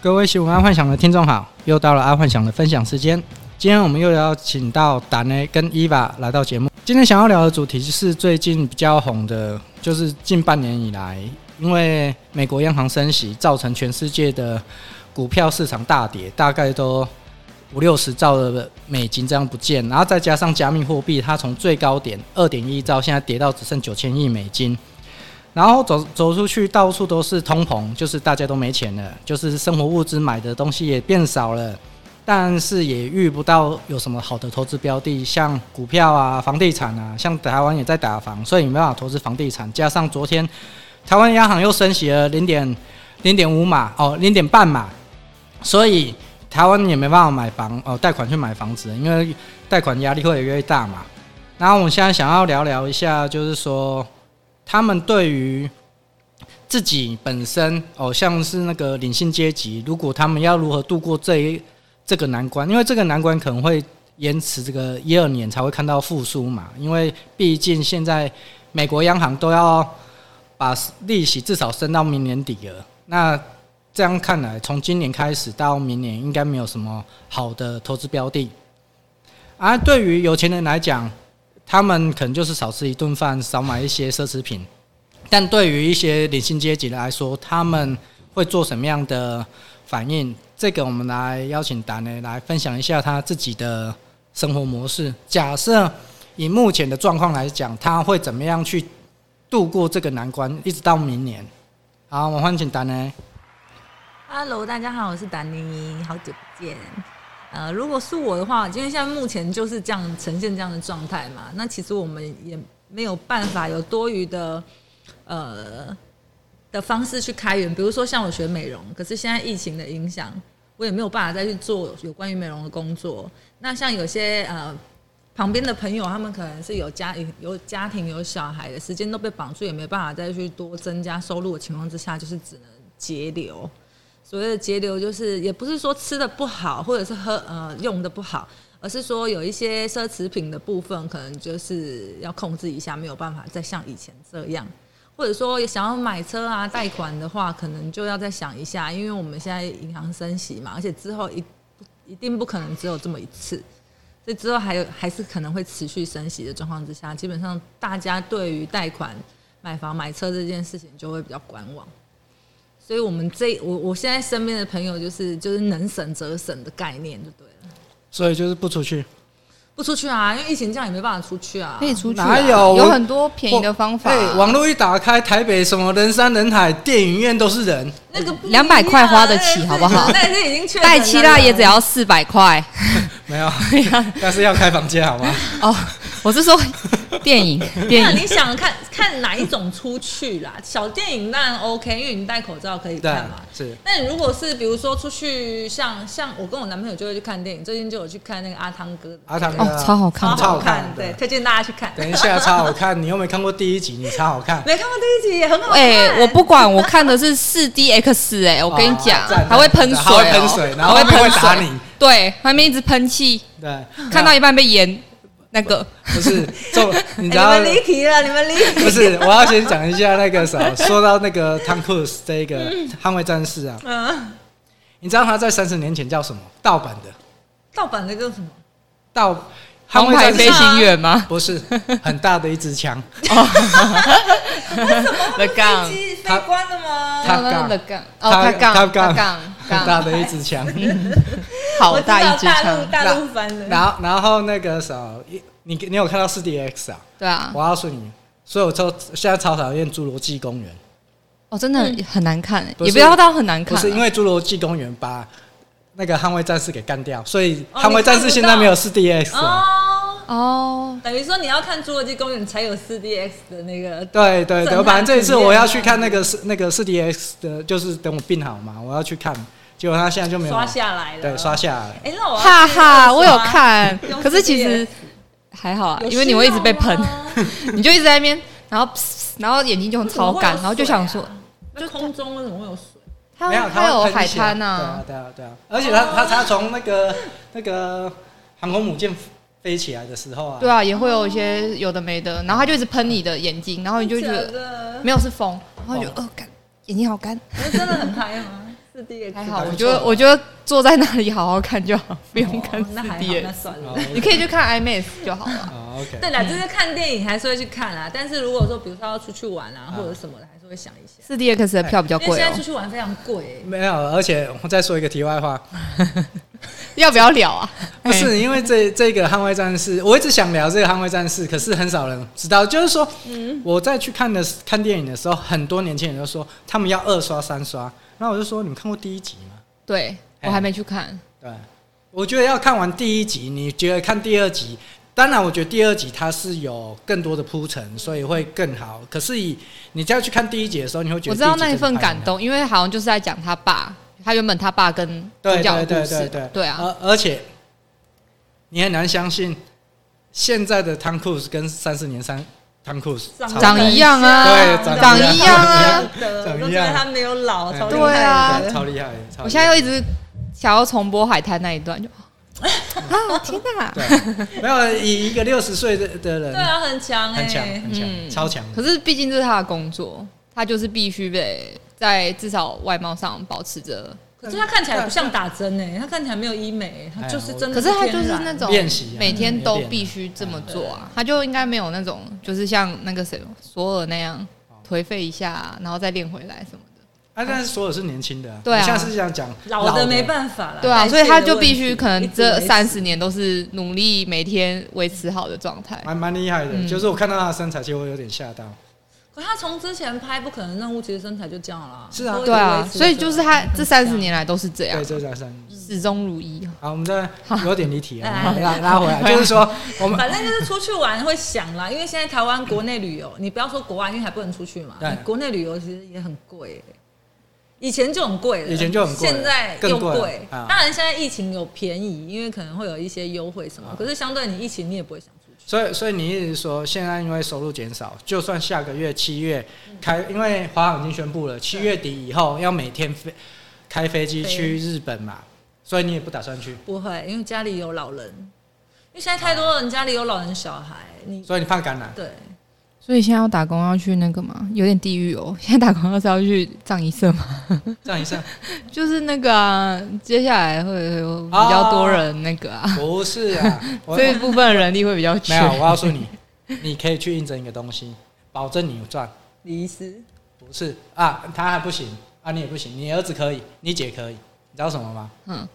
各位喜欢阿幻想的听众好，又到了阿幻想的分享时间。今天我们又邀请到达内跟伊娃来到节目。今天想要聊的主题是最近比较红的，就是近半年以来，因为美国央行升息，造成全世界的股票市场大跌，大概都五六十兆的美金这样不见，然后再加上加密货币，它从最高点二点一兆，现在跌到只剩九千亿美金。然后走走出去，到处都是通膨，就是大家都没钱了，就是生活物资买的东西也变少了，但是也遇不到有什么好的投资标的，像股票啊、房地产啊，像台湾也在打房，所以没办法投资房地产。加上昨天台湾央行又升息了零点零点五码，哦，零点半码，所以台湾也没办法买房哦，贷款去买房子，因为贷款压力会越来越大嘛。然后我们现在想要聊聊一下，就是说他们对于自己本身哦，像是那个领性阶级，如果他们要如何度过这一这个难关，因为这个难关可能会延迟这个一二年才会看到复苏嘛，因为毕竟现在美国央行都要把利息至少升到明年底了，那。这样看来，从今年开始到明年，应该没有什么好的投资标的。而、对于有钱人来讲，他们可能就是少吃一顿饭，少买一些奢侈品。但对于一些领性阶级来说，他们会做什么样的反应？这个我们来邀请达内来分享一下他自己的生活模式。假设以目前的状况来讲，他会怎么样去度过这个难关，一直到明年？好，我们欢迎达内。 Hello，大家好，我是丹妮，好久不见。呃，如果是我的话，因为现在目前就是这样呈现这样的状态嘛，那其实我们也没有办法有多余的呃的方式去开源，比如说像我学美容，可是现在疫情的影响，我也没有办法再去做有关于美容的工作。那像有些呃旁边的朋友，他们可能是有家有家庭有小孩的，时间都被绑住，也没办法再去多增加收入的情况之下，就是只能节流。所谓的节流，就是也不是说吃的不好，或者是喝呃用的不好，而是说有一些奢侈品的部分，可能就是要控制一下，没有办法再像以前这样。或者说想要买车啊，贷款的话，可能就要再想一下，因为我们现在银行升息嘛，而且之后一一定不可能只有这么一次，所以之后还有还是可能会持续升息的状况之下，基本上大家对于贷款、买房、买车这件事情就会比较观望。所以我们这我我现在身边的朋友就是就是能省则省的概念就对了，所以就是不出去。不出去啊，因为疫情这样也没办法出去啊。可以出去、哪啊，有我很多便宜的方法、啊哎、网络一打开，台北什么人山人海，电影院都是人。那个不一样啊200块花得起好不好那是已经 确诊了带希腊也只要四百块没 有，但是要开房间好吗？哦。 我是说 电影，那电你影想看看哪一种出去啦？小电影当然 OK，因为你戴口罩可以对看嘛。，是那你如果是比如说出去像像我跟我男朋友就会去看电影，最近就有去看那个阿汤哥的，阿唐哦，超超好看好的，超好看看，的对，推荐大家去看。等一下超好看，你又没看过第一集，你超好看。没看过第一集也很好看。哎、我不管，我看的是四 D X，哎、我跟你讲，赞还会喷水、哦，还会喷水然后还外面喷会打你嗯水，对，外面一直喷气，对， 看到一半被淹，那个不是 重，你哎知你道们离题了，你们离题。不是？我要先讲一下那个啥， 说到那个汤库斯这个捍卫战士啊，嗯，你知道他在三十年前叫什么？盗版的盗版那个什么？盗捍红卫牌战飞士行员吗？不是很大的一支枪，的杠，机他飞关的吗？他杠的杠， 哦，他他杠，他他杠杠，很大杠，的一支枪。好大一支我知道枪，大陆大陆翻的。然后然后那个啥，一你你有看到四 D X 啊？对啊，我告诉你，所以我超现在超讨厌《侏罗纪公园哦，真的很难看、欸不也是不要到很难》，不看啊、是因为《侏罗纪公园》把那个《捍卫战士》给干掉，所以《哦捍卫战士》现在没有四 D X 啊了。哦，哦，等于说你要看《侏罗纪公园》才有 4DX 的那个。对对震对，撼反正这一次体验我要啊去看那个四那个四 D X 的，就是等我病好嘛，我要去看。结果他现在就没有刷下来了，对刷。下来，哎、那我要哈哈，我有刷，看用，可是 4D 其实还好啊，有因为你会一直被需要 喷，吗你就一直在那边，然后噗然后眼睛就很超干，然后就想说，，啊为什么会有水啊那空中为什么会有水？它没有它有会喷海血啊滩呐，对啊对啊对啊，而且他他他从那个那个航空母舰飞起来的时候啊，对啊，也会有一些有的没的，然后它就一直喷你的眼睛，然后你就觉假得的，哦没有是风，然后就呃干，眼睛好干，你们真的很嗨吗？四 D 也还好，还我不觉错得我觉得坐在那里好好看就好，不用看四哦那还好， D 那了。算了好。你可以去看 IMAX 就好了。哦，OK，对啦，就是看电影还是会去看啦，但是如果说比如说要出去玩嗯啊，或者什么的，还是会想一下。四 DX 的票比较因为贵现在哦出，去玩非常贵，没有，而且我再说一个题外话，要不要聊啊？不是因为这这个《捍卫战士》，我一直想聊这个《捍卫战士》，可是很少人知道。就是说，嗯我在去看的看电影的时候，很多年轻人都说他们要二刷三刷，然后我就说你们看过第一集吗？对我还没去看，对，我觉得要看完第一集，你觉得看第二集？当然，我觉得第二集它是有更多的铺陈，所以会更好。可是以你再去看第一集的时候，你会觉得我知道第一那集一份真的拍得感很好动，因为好像就是在讲他爸，他原本他爸跟主对角的对故对事对嗯嘛对，，对啊，而而且你很难相信，现在的 Tom Cruise 跟三四年三 Tom Cruise 得长一样啊对长一样啊真的长一样我都觉得他没有老，超厉害的对啊超厉害。超厉害我现在又一直想要重播海滩那一 段，就啊天哪！对，没有以一个六十岁的的 对人，啊，很强很强哎，很强，嗯超强的。可是毕竟这是他的工作，他就是必须得在至少外貌上保持着，可是他看起来不像打针哎，他看起来没有医美，哎他就是真的。可是他就是那种练习啊嗯每天都必须这么做啊，他就应该没有那种就是像那个谁索尔那样哦颓废一下，然后再练回来什么的。啊，但是所有是年轻的，对啊你现在是想讲老的的没办法了，对代啊，谢所的以他就问题必须可能这一直维持三十年都是努力每天维持好的状态。蛮蛮厉害的。嗯就是我看到他的身材，其实我有点吓到。可他从之前拍《不可能任务》，其实身材就这样啦。是啊都一直对啊，维持着所以就是他这三十，年来都是这样对，，这张三。始终如一啊。好，我们 再有点离题了，好哎拉拉回来，就是说我们 反正就是出去玩会想啦，因为现在台湾国内旅游，你不要说国外，因为还不能出去嘛。对国内旅游其实也很贵欸、以前就很贵了，以前就很贵了现在又更贵了啊当然现在疫情有便宜，因为可能会有一些优惠啊什么，可是相对你疫情你也不会想出去。所以，所以你一直说，现在因为收入减少，就算下个月七月开，因为华航已经宣布了，七月底以后要每天飞开飞机去日本嘛，所以你也不打算去，不会，因为家里有老人，因为现在太多人家里有老人小孩，你所以你怕感染。对。所以现在要打工要去那个嘛，有点地狱哦。现在打工要是要去葬仪社嘛，这样一下 就是那个啊，接下来会有比较多人那个啊，不是啊，哦我这一部分的人力会比较缺没。有，我告诉你，你可以去应征一个东西，保证你有赚，李医师，不是啊，他还不行啊，你也不行，你儿子可以，你姐可以，你知道什么吗？嗯，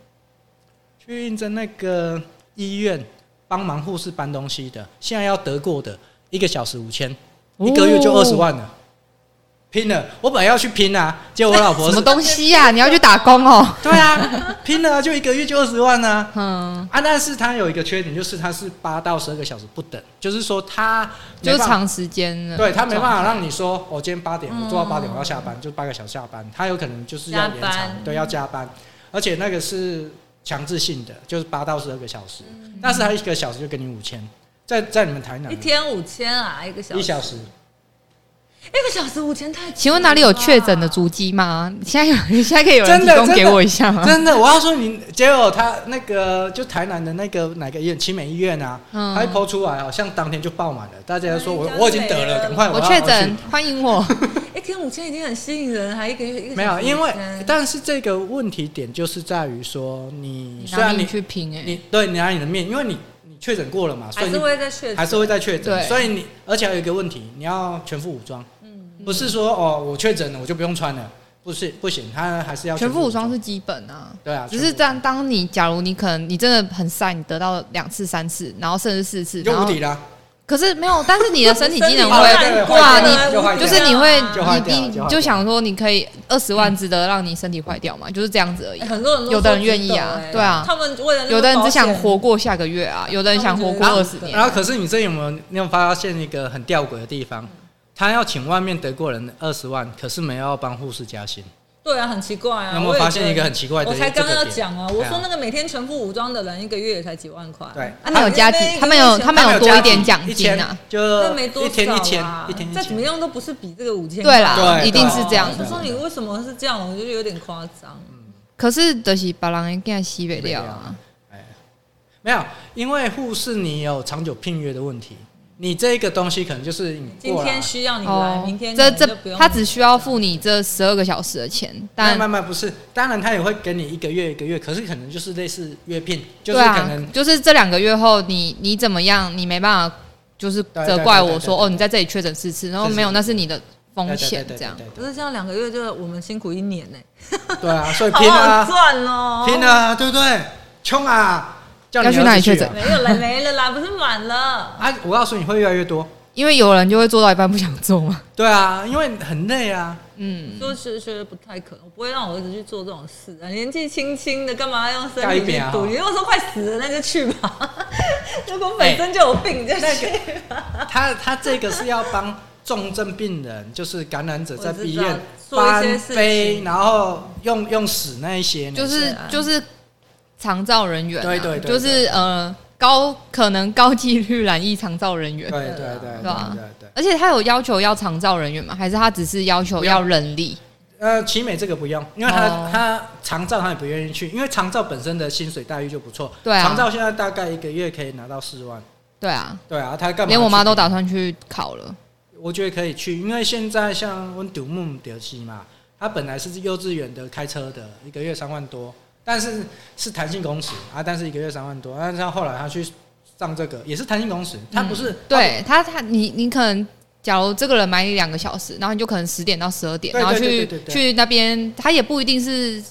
去应征那个医院帮忙护士搬东西的，现在要得过的，一个小时五千，哦一个月就二十万了，拼了！我本来要去拼啊，结果我老婆什是么东西 呀、你要去打工哦。对啊，拼了啊就一个月就二十万呢、啊。嗯，但是它有一个缺点，就是它是八到十二个小时不等，就是说它没就是办法长时间的，对他没办法让你说，我今天八点，我做到八点我要下班，就八个小时下班，他有可能就是要延加长班，对，要加班，而且那个是强制性的，就是八到十二个小时，但是他一个小时就给你五千，在在你们台南一天五千啊，一个小时，嗯一小时，一个小时五千太。请问哪里有确诊的？足迹吗？现在有， 现在可以有人真提的供给我一 下吗？真的，我要说你，结果他那个就台南的那个哪个医院，奇美医院啊，嗯他一抛出来，好像当天就爆满了，大家都说我哎我已经得了，赶快我要确回去诊，欢迎我。一天五千已经很吸引人，还一个月一个小时没有，因为5000但是这个问题点就是在于说，你 虽拿然命你去拼哎、你对你拿你的面，因为你你确诊过了嘛，啊所还以是你会在确诊，还是会再确诊，对所以你而且还有一个问题，你要全副武装，嗯，不是说哦我确诊了我就不用穿了，不是不行，他还是要全副副武装是基本啊。对啊，只全是副武装当当你假如你可能你真的很晒，你得到两次、三次，然后甚至四次，你然就无后敌啦，可是没有，但是你 的身体机能好会了对 对对啊，坏掉你了就坏掉就了是你会就坏掉了就坏你掉你了就想说你可以二十万值得让你身体坏掉嘛，就是这样 子而已哎。很多人都有的人愿意说啊值得哎对啊他们为了那个有的人只想保险活过下个月啊，有的人想活过他二们十觉得年然。后可是你这有没有你有发现一个很吊诡的地嗯方？他要请外面德国人二十万，可是没有要帮护士加薪，对啊，很奇怪啊，有没有我也发现一觉个得很奇怪的？我才刚这个要点讲啊，对我说那个每天全副武装的人，一个月也才几万块。对啊他们有加几他们有他们有多一点奖金啊就那没多一天少一千啊，一天一再怎么千，样都不是比这个五千。对啦，对啊一定是这样对我子对。说你为什么是这样，我觉得有点夸张。可是德西把狼给西北掉啊，没有，因为护士你有长久聘约的问题，你这个东西可能就是你今过来天需要你哎来，明天哦这可能就这不用他只需要付你这十二个小时的钱，但慢慢不是，当然他也会给你一个月一个月，可是可能就是类似月聘，就是对可啊能，就是这两个月后，你你怎么样，你没办法，就是对责对怪对对我说对哦，你在这里确诊四次，然后是是没有，是那是你的风对对险对对这样。对不是这样，两个月就我们辛苦一年呢、对对啊，所以好拼好啊赚哦、拼啊，对不对？冲啊！叫你要去儿子哪里确啊诊没有了，没了啦，不是满了。啊？我告诉你会越来越多。因为有人就会做到一半不想做嘛。对啊，因为很累啊。嗯，说学学得不太可能，我不会让我儿子去做这种事啊！年纪轻轻的，干嘛要用生干一命遍去啊赌？你如果说快死了，那就去 吧。如果本身就有病，就哎去吧。他他这个是要帮重症病人，就是感染者在我知道医院做一搬些事情杯，然后用用屎那一些呢，就是啊就是长照人员啊，对对对就是呃高可能高几率染疫长照人对员，对对对对对啊对对。而且他有要求要长照人员吗？还是他只是要求要人力？呃，奇美这个不用，因为他、哦他长照他也不愿意去，因为长照本身的薪水待遇就不错。对啊长照现在大概一个月可以拿到四万。对啊，对啊，他干嘛？连我妈都，打算去考了。我觉得可以去，因为现在像温杜木德西嘛，他本来是幼稚园的开车的，一个月三万多，但是是弹性工时啊，但是一个月三万多，但是他后来他去上这个也是弹性工时，他不是、对他，他你你可能，假如这个人买你两个小时，然后你就可能十点到十二点，对然后对对去对对对去那边，他也不一定是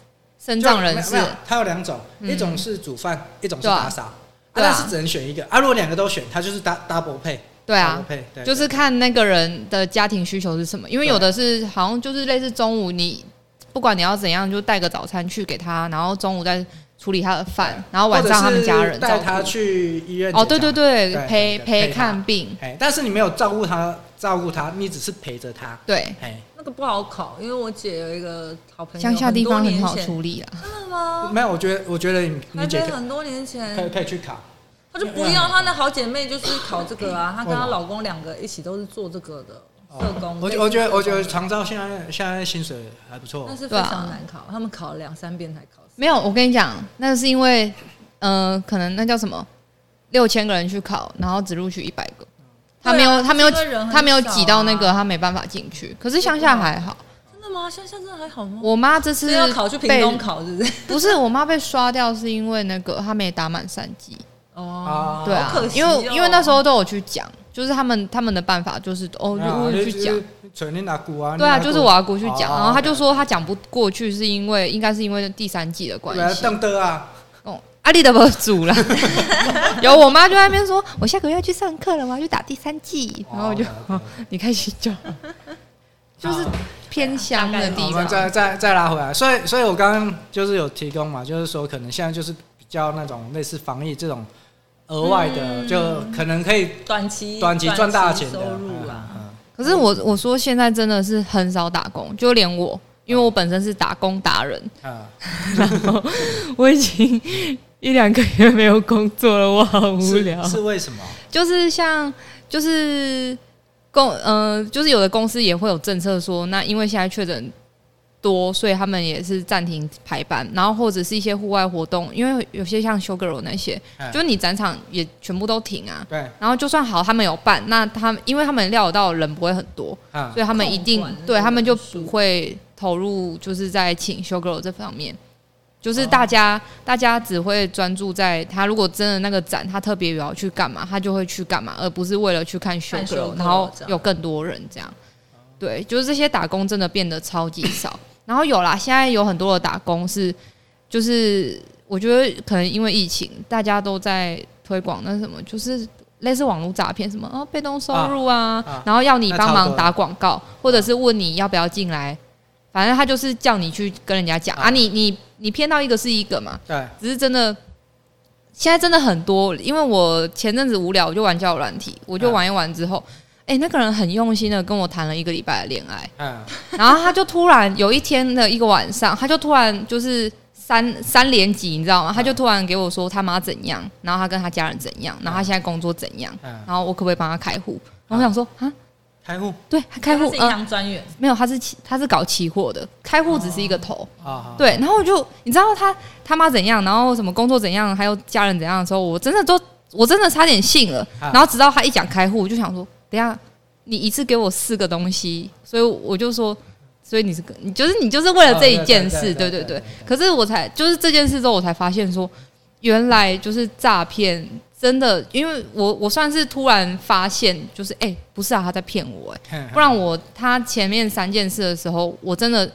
身就障人没有士没，有他有两种，嗯一种是煮饭，一种是对啊打扫，啊对啊但是只能选一个啊，如果两个都选，他就是 dou- double pay，对啊 double pay，。对对，就是看那个人的家庭需求是什么，因为有的是好像就是类似中午你不管你要怎样，就带个早餐去给他，然后中午再处理他的饭，然后晚上他们家或人者照是带他顾。去医院哦，对对对对，对陪对陪陪他看病，哎，但是你没有照顾他，照顾他，你只是陪着他，对，哎，那个不好考，因为我姐有一个好朋友，乡下地方很很多好年前处理啊。真的吗？没有，我觉得我觉得你你台姐北可很多年可以前，可以去考，她就不要她那好姐妹就是考这个啊，她跟为什她么老公两个一起都是做这个的社工。哦我类觉似我觉得社工我觉得长照现在现在薪水还不错那，是非对啊常难考，他们考了两三遍才考上。没有，我跟你讲，那是因为，呃，可能那叫什么，六千个人去考，然后只录取一百个，他没有，对啊他没有这个人很少啊他没有挤到那个，他没办法进去。可是乡下还好，真的吗？乡下真的还好吗？我妈这次是啊要考去屏被东考，是不是？ 不是我妈被刷掉，是因为那个她没打满三 剂。哦啊，对啊好可，惜因哦为因为那时候都有去讲，就是他们他们的办法就是哦，如果去讲，，水啊你拿股啊，对啊，就是我阿姑去讲，哦然后她就说她讲不过去是因为应该是因为第三季的关来系。邓的啊，哦，阿丽的博主啦， 有我妈就在那边说，我下个月要去上课了，我要去打第三季，然后我就、哦，OK，OK 你开心就好， 就是偏乡的我地们方，再再再拉回来，所以所以我刚刚就是有提供嘛，就是说可能现在就是比较那种类似防疫这种额外的，就可能可以短期短期赚大钱的收入啊啦。嗯嗯嗯可是我我说现在真的是很少打工，就连我，因为我本身是打工达人，嗯我已经一两个月没有工作了，我好无嗯是聊。是为什么？就是像就是公呃，就是有的公司也会有政策说，那因为现在确诊多，所以他们也是暂停排班，然后或者是一些户外活动，因为有些像修 girl 那些，嗯就是你展场也全部都停啊。对，然后就算好，他们有办，那他们因为他们料得到人不会很多，啊，所以他们一定控管那个对他们就人数不会投入，就是在请修 girl 这方面。就是大家，大家只会专注在他。如果真的那个展，他特别有要去干嘛，他就会去干嘛，而不是为了去看修看 girl， showgirl 然后这样有更多人这样。对，就是这些打工真的变得超级少。然后有啦，现在有很多的打工是，就是我觉得可能因为疫情，大家都在推广那什么，就是类似网络诈骗什么哦，被动收入啊，啊啊然后要你那帮超忙多嗯打广告，或者是问你要不要进来，反正他就是叫你去跟人家讲啊啊你你你骗到一个是一个嘛，对，只是真的。现在真的很多，因为我前阵子无聊，我就玩交友软体，我就啊玩一玩之后，哎、那个人很用心的跟我谈了一个礼拜的恋爱， 嗯，然后他就突然有一天的一个晚上，他就突然就是三三连击，你知嗯道吗？他就突然给我说他妈怎样，然后他跟他家人怎样，然后他现在工作怎样，嗯然后我可不可以帮他开户？然后我想说啊，开户对他开户他是，银嗯，行专员，没有，他是期他是搞期货的，开户只是一个头，啊，对。然后我就你知道他他妈怎样，然后什么工作怎样，还有家人怎样的时候，我真的都我真的差点信了。啊然后直到他一讲开户，我就想说，等一下你一次给我四个东西，所以我就说，所以你是你就是你就是为了这一件事，哦对对对对对对对。可是我才就是这件事之后，我才发现说，原来就是诈骗。真的，因为我我算是突然发现，就是哎、不是啊，他在骗我、哎嗯 不然我他前面三件事的时候，我真的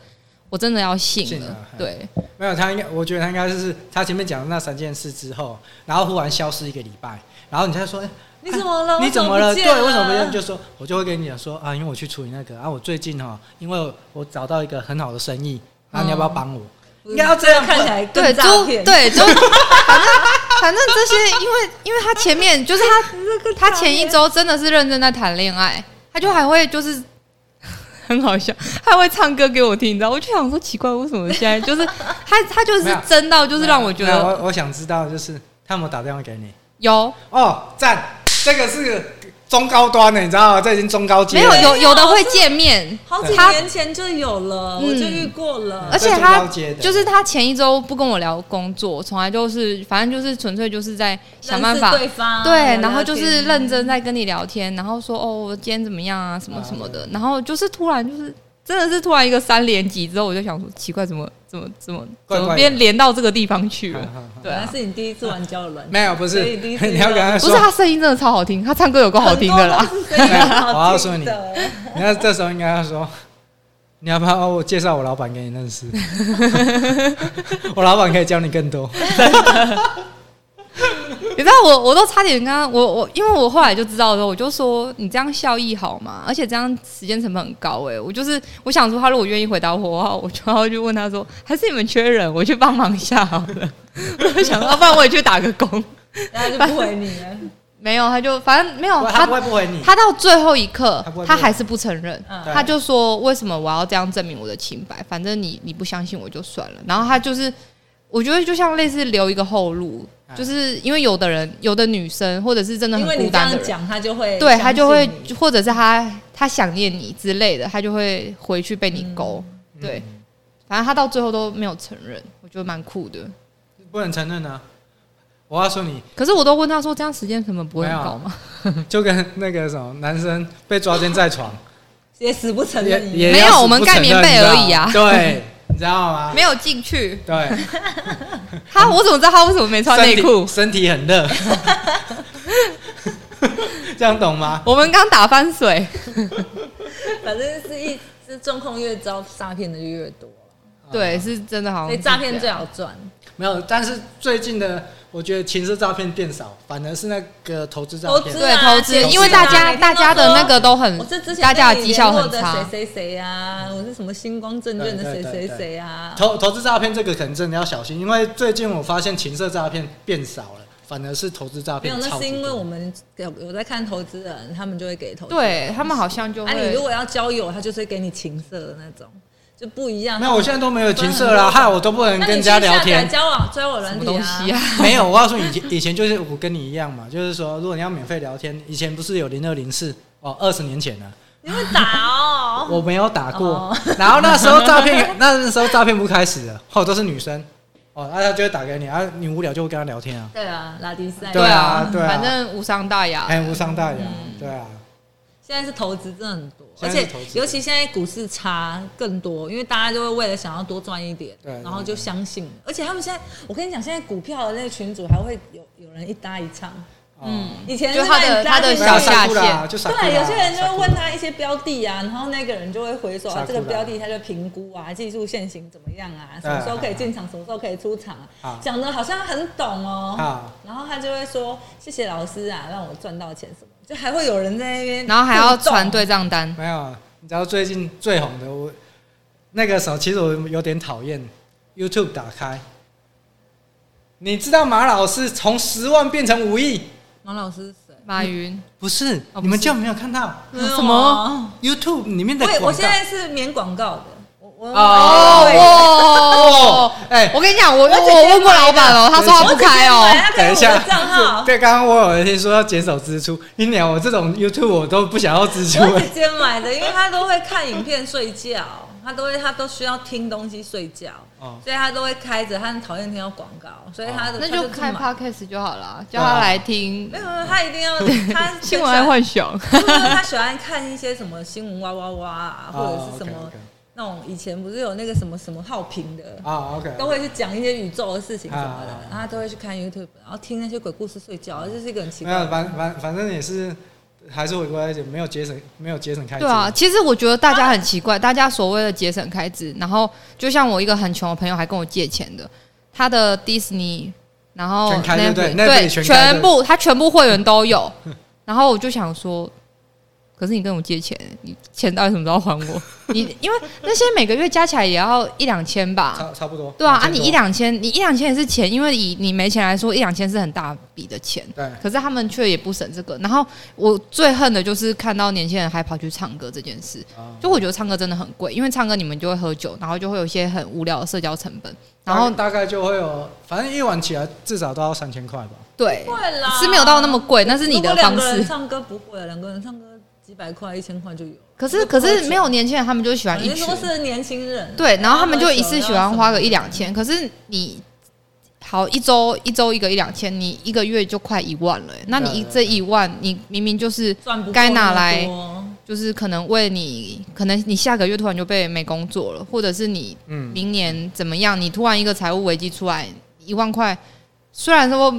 我真的要信信了了，哎对，没有，他应该，我觉得他应该就是他前面讲的那三件事之后，然后忽然消失一个礼拜，然后你再说，哎你怎么了？你我怎么么不了？见啊对，为什么不见？就说我就会跟你讲说啊，因为我去处理那个啊，我最近哈，因为我找到一个很好的生意，然后你要不要帮我？应该要这样看起来更对，就诈骗，对，就 反正反正这些，因为因为他前面就是 他他前一周真的是认真在谈恋爱，他就还会就是 很好笑，他还会唱歌给我听，你知道？我就想说奇怪，为什么现在就是 他他就没是有真到就是让我觉没有得我我想知道就是他有没有打电话给你？有哦，赞，这个是中高端的，你知道吗？这已经中高阶没了，有有有的会这见面，好几他年前就有了，我就嗯遇过了而。且这他中高阶的就是他前一周不跟我聊工作，从来就是反正就是纯粹就是在想办认法识对方啊对聊聊，然后就是天认真在跟你聊天，然后说哦我今天怎么样啊什么什么的，然后就是突然就是真的是突然一个三连击之后，我就想说奇怪怎么怎么怎么怪怎怪的么变连到这个地方去了 哈哈哈？对原来啊，是你第一次玩交友软件，没有不是，所以第一次 你要跟他不说是他声音真的超好听，他唱歌有够好听的啦很。多都是声音 好听的我要说你你要这时候应该要说，你要不要我介绍我老板给你认识？ 我老板可以教你更多。 你知道我，我都差点刚刚我我，因为我后来就知道的时候，我就说你这样效益好吗？而且这样时间成本很高哎、我就是我想说，他如果愿意回答我的话，我就要去问他说，还是你们缺人，我去帮忙一下好了。 我就想说，啊要不然我也去打个工。然后就不回你 了。没有，他就反正没有不他哦他不会不回你，他到最后一刻他不会，他还是不承认，嗯他就说：“为什么我要这样证明我的清白？反正你你不相信我就算了。”然后他就是，我觉得就像类似留一个后路，嗯就是因为有的人，有的女生或者是真的很哎因为孤你这单的样人，讲，他就会对他就会相信你，或者是他他想念你之类的，他就会回去被你勾。嗯对，反正他到最后都没有承认，我觉得蛮酷的。不能承认啊。我要说你，可是我都问他说：“这样时间成本不会很高吗就跟那个什么男生被抓奸在床，也死不承也认你。也 没有要死我们不盖承认棉被而已啊你知道吗对，你知道？”啊吗？ 没有进去，对， 他我怎么知道他为什么没穿身内体裤？身体很 热，这样懂吗？我们刚打翻水。反正是一是中控越招，诈骗的就越多，对，是真的好哦像啊所是以诈骗这最样。好赚。没有，但是最近的我觉得情色诈骗变少，反而是那个投资诈投骗资。对投资是，啊因为大家每天都大家的那个都嗯很我是之，前大家被的你绩效联络很的差。谁谁谁啊，我是什么星光证券的谁谁谁啊，投投资诈骗这个可能真的要小心，因为最近我发现情色诈骗变少了，反而是投资诈没骗有，超那级多。是因为我们有有在看投资人，他们就会给投资人。对他们好像就啊，你如会，果要交友，他就是会给你情色的那种，就不一样。没有，我现在都没有情色分啦，很多害我都不能那跟人你去家下聊载天。交往交友什软么体东西 啊？没有，我告诉你，以前以前就是我跟你一样嘛，就是说，如果你要免费聊天，以前不是有零二零四哦，二十年前了，你会打哦？我没有打过。哦然后那时候诈骗，那时候诈骗不开始的，哦，都是女生，哦，那、她就会打给你，啊，你无聊就会跟她聊天啊，对啊，拉低赛。对啊对啊反正无伤大雅。哎很无伤大雅，嗯对啊，现在是投资真的很多，而现在是且投资尤其现在股市差更多，因为大家就会为了想要多赚一点对，然后就相信了。而且他们现在，我跟你讲，现在股票的那个群主还会有有人一搭一唱，嗯，以前就是他那的种搭他的一没搭有小一搭下散户啦线就傻。对，有些人就会问他一些标的啊，然后那个人就会回说、啊傻、这酷个啦标的他就评估啊，技术现行怎么样啊，什么时候可以进场，什么时候可以出场啊，啊讲的好像很懂哦、啊然后他就会说谢谢老师啊，让我赚到钱什么，就还会有人在那边，然后还要传。对账单，没有，你知道最近最红的我那个时候，其实我有点讨厌 YouTube 打开。你知道马老师从十万变成五亿？马老师是谁？马 云不是，哦不是你们就没有看到没有啊什么 YouTube 里面的我也广告？我现在是免广告的，我我我哦哦哇！，哎、我跟你讲，我我直接买我的问过老板哦，他说他不开哦我直接买。他给 等一我的下账号， 对，刚刚我有听说要减少支出，你鸟 我这种 YouTube 我都不想要支出、我哎姐姐买的，因为她都会看影片睡觉，他都会他都需要听东西睡觉，哦，所以他都会开着，他很讨厌听到广告，所以他的、哦那他就是开买 podcast 就好了，叫对他啊来听没有没有，他一定 要他新闻爱幻想。就是 他喜欢看一些什么新闻哇哇哇啊，或者是什么哦那种以前不是有那个什么什么好评的， ，OK，OK，啊都，OK，会去讲一些宇宙的事情什么的啊，然后他都会去看 YouTube，然后听那些鬼故事睡觉，这是一个很奇没怪有，的。反反反正也是还是回归到一点，没有节省，没有节省开支。对啊，，其实我觉得大家很奇怪，大家所谓的节省开支，然后就像我一个很穷的朋友还跟我借钱的，他的迪士尼，然后全开对不对 Netflix- ？Netflix 全开对全部他全部会员都有，然后我就想说。可是你跟我借钱，你钱到底什么时候还我？你因为那些每个月加起来也要一两千吧，差差不多。对啊，啊差不你多一两千，你一两千也是钱，因为以你没钱来说，一两千是很大笔的钱。对，可是他们却也不省这个。然后我最恨的就是看到年轻人还跑去唱歌这件事。啊就我觉得唱歌真的很贵，因为唱歌你们就会喝酒，然后就会有一些很无聊的社交成本。然后大大概就会有，反正一晚起来至少都要三千块吧。对，会啦，是没有到那么贵，那是你如果的两方个人式。唱歌不会，两个人唱歌几百块、一千块就有。可是可是没有年轻人，他们就喜欢一你群说是年轻人，对，然后他们就一次然后喜欢花个一什两么千。可是你好一周一周一个一两千，你一个月就快一万了欸、那你一对这一万，你明明就是赚不该拿够那么来多就是可能为你，可能你下个月突然就被没工作了，或者是你嗯，明年怎么样，你突然一个财务危机出来，一万块虽然说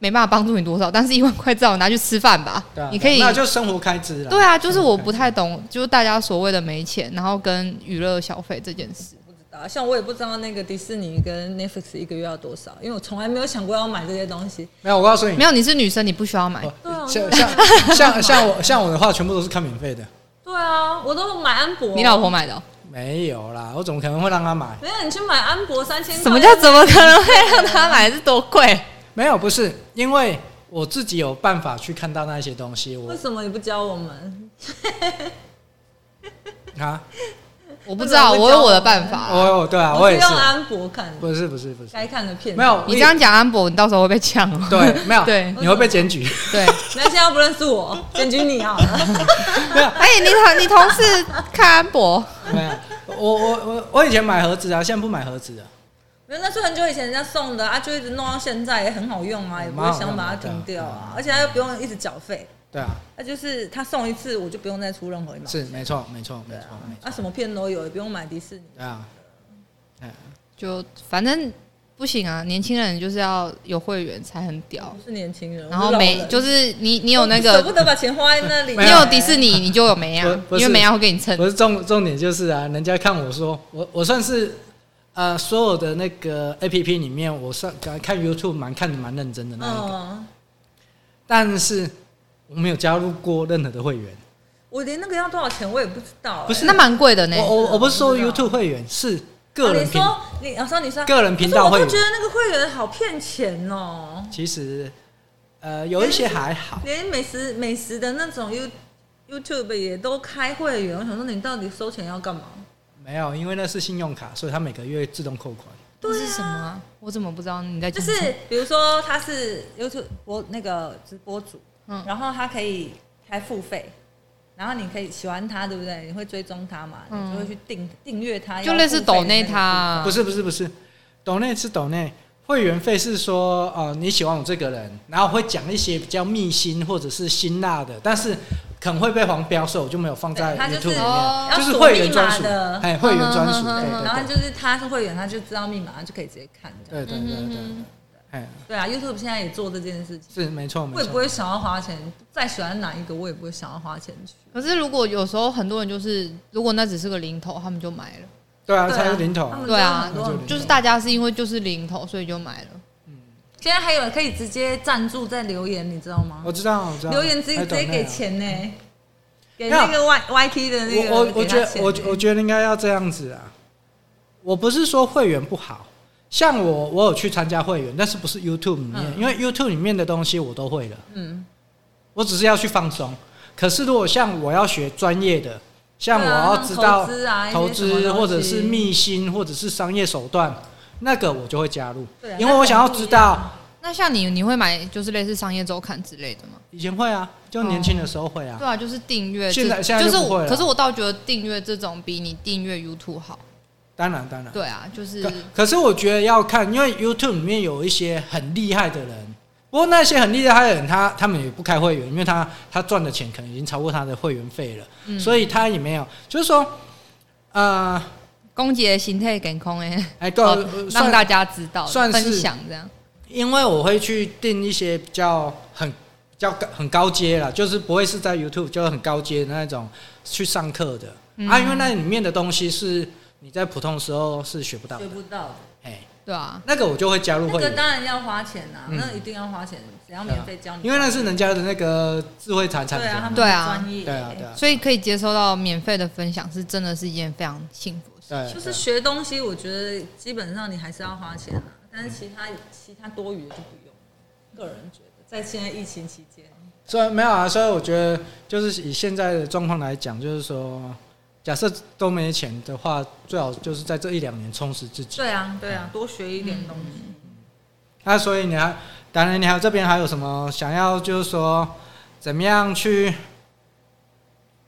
没办法帮助你多少，但是一万块至少拿去吃饭吧对啊，，你可以。那就生活开支了。对啊，就是我不太懂，就是大家所谓的没钱，然后跟娱乐消费这件事，不知道，像我也不知道那个迪士尼跟 Netflix 一个月要多少，因为我从来没有想过要买这些东西。没有，我告诉你没，有你是女生，你不需要买哦。对啊像像像像我像我的话，全部都是看免费的。对啊，我都买安博，你老婆买的哦、没有啦，我怎么可能会让他买？没有你去买安博三千，什么叫怎么可能会让她买？是多贵？没有，不是，因为我自己有办法去看到那些东西。我为什么你不教我们？啊，我不知道，我有我的办法、我有对啊，我我也是是用，安博看的，不是不是不是，该看的片没有你这样讲安博，你到时候会被呛哦。 对，没有，对你会被检举。 对，那现在又不认识我， 检举你好了。哎、你同你同事看安博，没有，我我我我以前买盒子啊，现在不买盒子了。没有，那是很久以前人家送的啊，就一直弄到现在，也很好用嗯啊，也不会想把它停掉啊，而且它又不用一直缴费，对啊，那就是他送一次，我就不用再出任何一毛钱。是没错没错没对错啊没，错啊，什么片都有，也不用买迪士尼。对啊，就反正不行啊，年轻人就是要有会员才很哦屌不。是年轻人，然我后是老没人就是你你有那舍不个得把钱花在那里。啊没你有有迪士尼，你就有梅亚不，不因是为梅啊亚会给你 蹭不。是重重点就是啊，人家看我说我我算是呃所有的那个 A P P 里面，我算看 YouTube 蛮看的蛮认真的那一个，嗯，但是我没有加入过任何的会员。我连那个要多少钱我也不知道、欸。不是那蛮贵的呢我，我我不是说哦我不知道 YouTube 会员，是个人频，啊、你说你，老、啊、说你说个人频道可会是员我都觉得那个会员好骗钱哦、其实呃有一些还好，连美食美食的那种 You YouTube 也都开会员，我想说你到底收钱要干嘛？没有，因为那是信用卡，所以它每个月自动扣款。这是什么啊？我怎么不知道你在就讲是什么？比如说他是 YouTube 播那个直播主，嗯然后他可以开付费。然后你可以喜欢他，对不对？你会追踪他嘛？嗯你就会去订订阅他，就类似抖内他他。啊不，是不是不是，抖内是抖内，会员费是说呃你喜欢我这个人，然后会讲一些比较密心或者是辛辣的，但是可能会被黄标，所以我就没有放在对它就 YouTube 是里哦面，就是要会员专锁属密码的哎，会员专属，嗯嗯嗯嗯对然后对就是他是会员，他就知道密码，他就可以嗯直接看这样。对对对对对，哎，对啊，YouTube 现在也做这件事情，是没错我没也不错，会想要花钱，再喜欢哪一个我也不会想要花钱去。可是如果有时候很多人就是，如果那只是个零头，他们就买了。对啊，对啊才是零头他，们对啊很多很多，就是大家是因为就是零头，所以就买了。现在还有可以直接赞助在留言，你知道吗我？知道我知道，留言直接还直抖接内啊。给钱呢，给没有那个 Y Y T 的那个，我我我给他觉得钱我呢我觉得应该要这样子啊。我不是说会员不好，像我我有去参加会员，但是不是 YouTube 里面，嗯因为 YouTube 里面的东西我都会了，嗯，我只是要去放松。可是如果像我要学专业的，像我对啊要知道投资啊，投一些什么资东西或者是，秘辛或者是商业手段，那个我就会加入对啊，啊因为我想要知道那像你，你会买就是类似商业周刊之类的吗？以前会啊，就年轻的时候会啊。嗯对啊，就是订阅这。现在现在就就是不会我，了可是我倒觉得订阅这种比你订阅 YouTube 好。当然，当然。对啊，就是可可是我觉得要看，因为 YouTube 里面有一些很厉害的人，不过那些很厉害的人，他他们也不开会员，因为他他赚的钱可能已经超过他的会员费了，嗯所以他也没有，就是说，呃，攻击的形态健空哎，哎，对，好呃让算大家知道算是分享这样。因为我会去订一些比较很比较高很高阶啦，就是不会是在 YouTube 就是很高阶的那种去上课的、嗯啊，因为那里面的东西是你在普通的时候是学不到的学，不到的。哎，对啊，那个我就会加入那会个员。当然要花钱呐、啊，嗯啊那一定要花钱，谁要免费教你？因为那是人家的那个智慧财产对啊，他权，们对啊专业，对啊，对啊，所以可以接收到免费的分享，是真的是一件非常幸福的事。对，啊就是学东西，我觉得基本上你还是要花钱啊，但是其他其他多余的就不用。个人觉得，在现在疫情期间，所以没有啊，所以我觉得就是以现在的状况来讲，就是说，假设都没钱的话，最好就是在这一两年充实自己。对啊，对啊，多学一点东西。那所以你还，当然你还有这边还有什么想要，就是说怎么样去，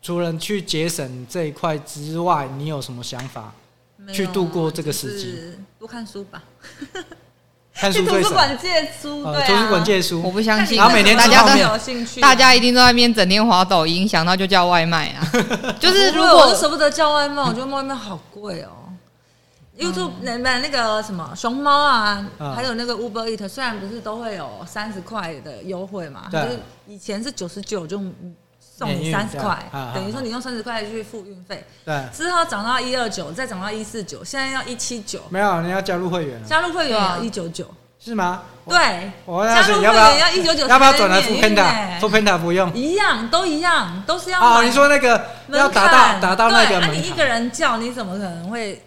除了去节省这一块之外，你有什么想法？没有啊去度过这个时机，就是多看书吧，看去书图最书省，馆借书，呃对啊，图书馆借我书，不相信，然后每天大吃家泡都面有兴趣啊， 大家一定都在那边整天滑抖音，想到就叫外卖 啊。就是如不会我果是舍不得叫外卖，我觉得外卖好贵哦。YouTube 那那个什么熊猫啊，嗯还有那个 Uber Eat，虽然不是都会有三十块的优惠嘛，对就是以前是九十九就送免你运三十这样块啊啊，等于说你用三十块去付运费，对，之后涨到一二九，再涨到一四九，现在要一七九，没有，你要加入会员了，加入会员也要对啊一九九，是啊吗？我对，嗯啊我加那入时会你要不要员要一九九，要不要转来 f o o 呢 Panda？f o o Panda 不用一样都一样，都是要哦，买你说那个门要槛达到达到那对个啊门你一槛，个人叫，你怎么可能会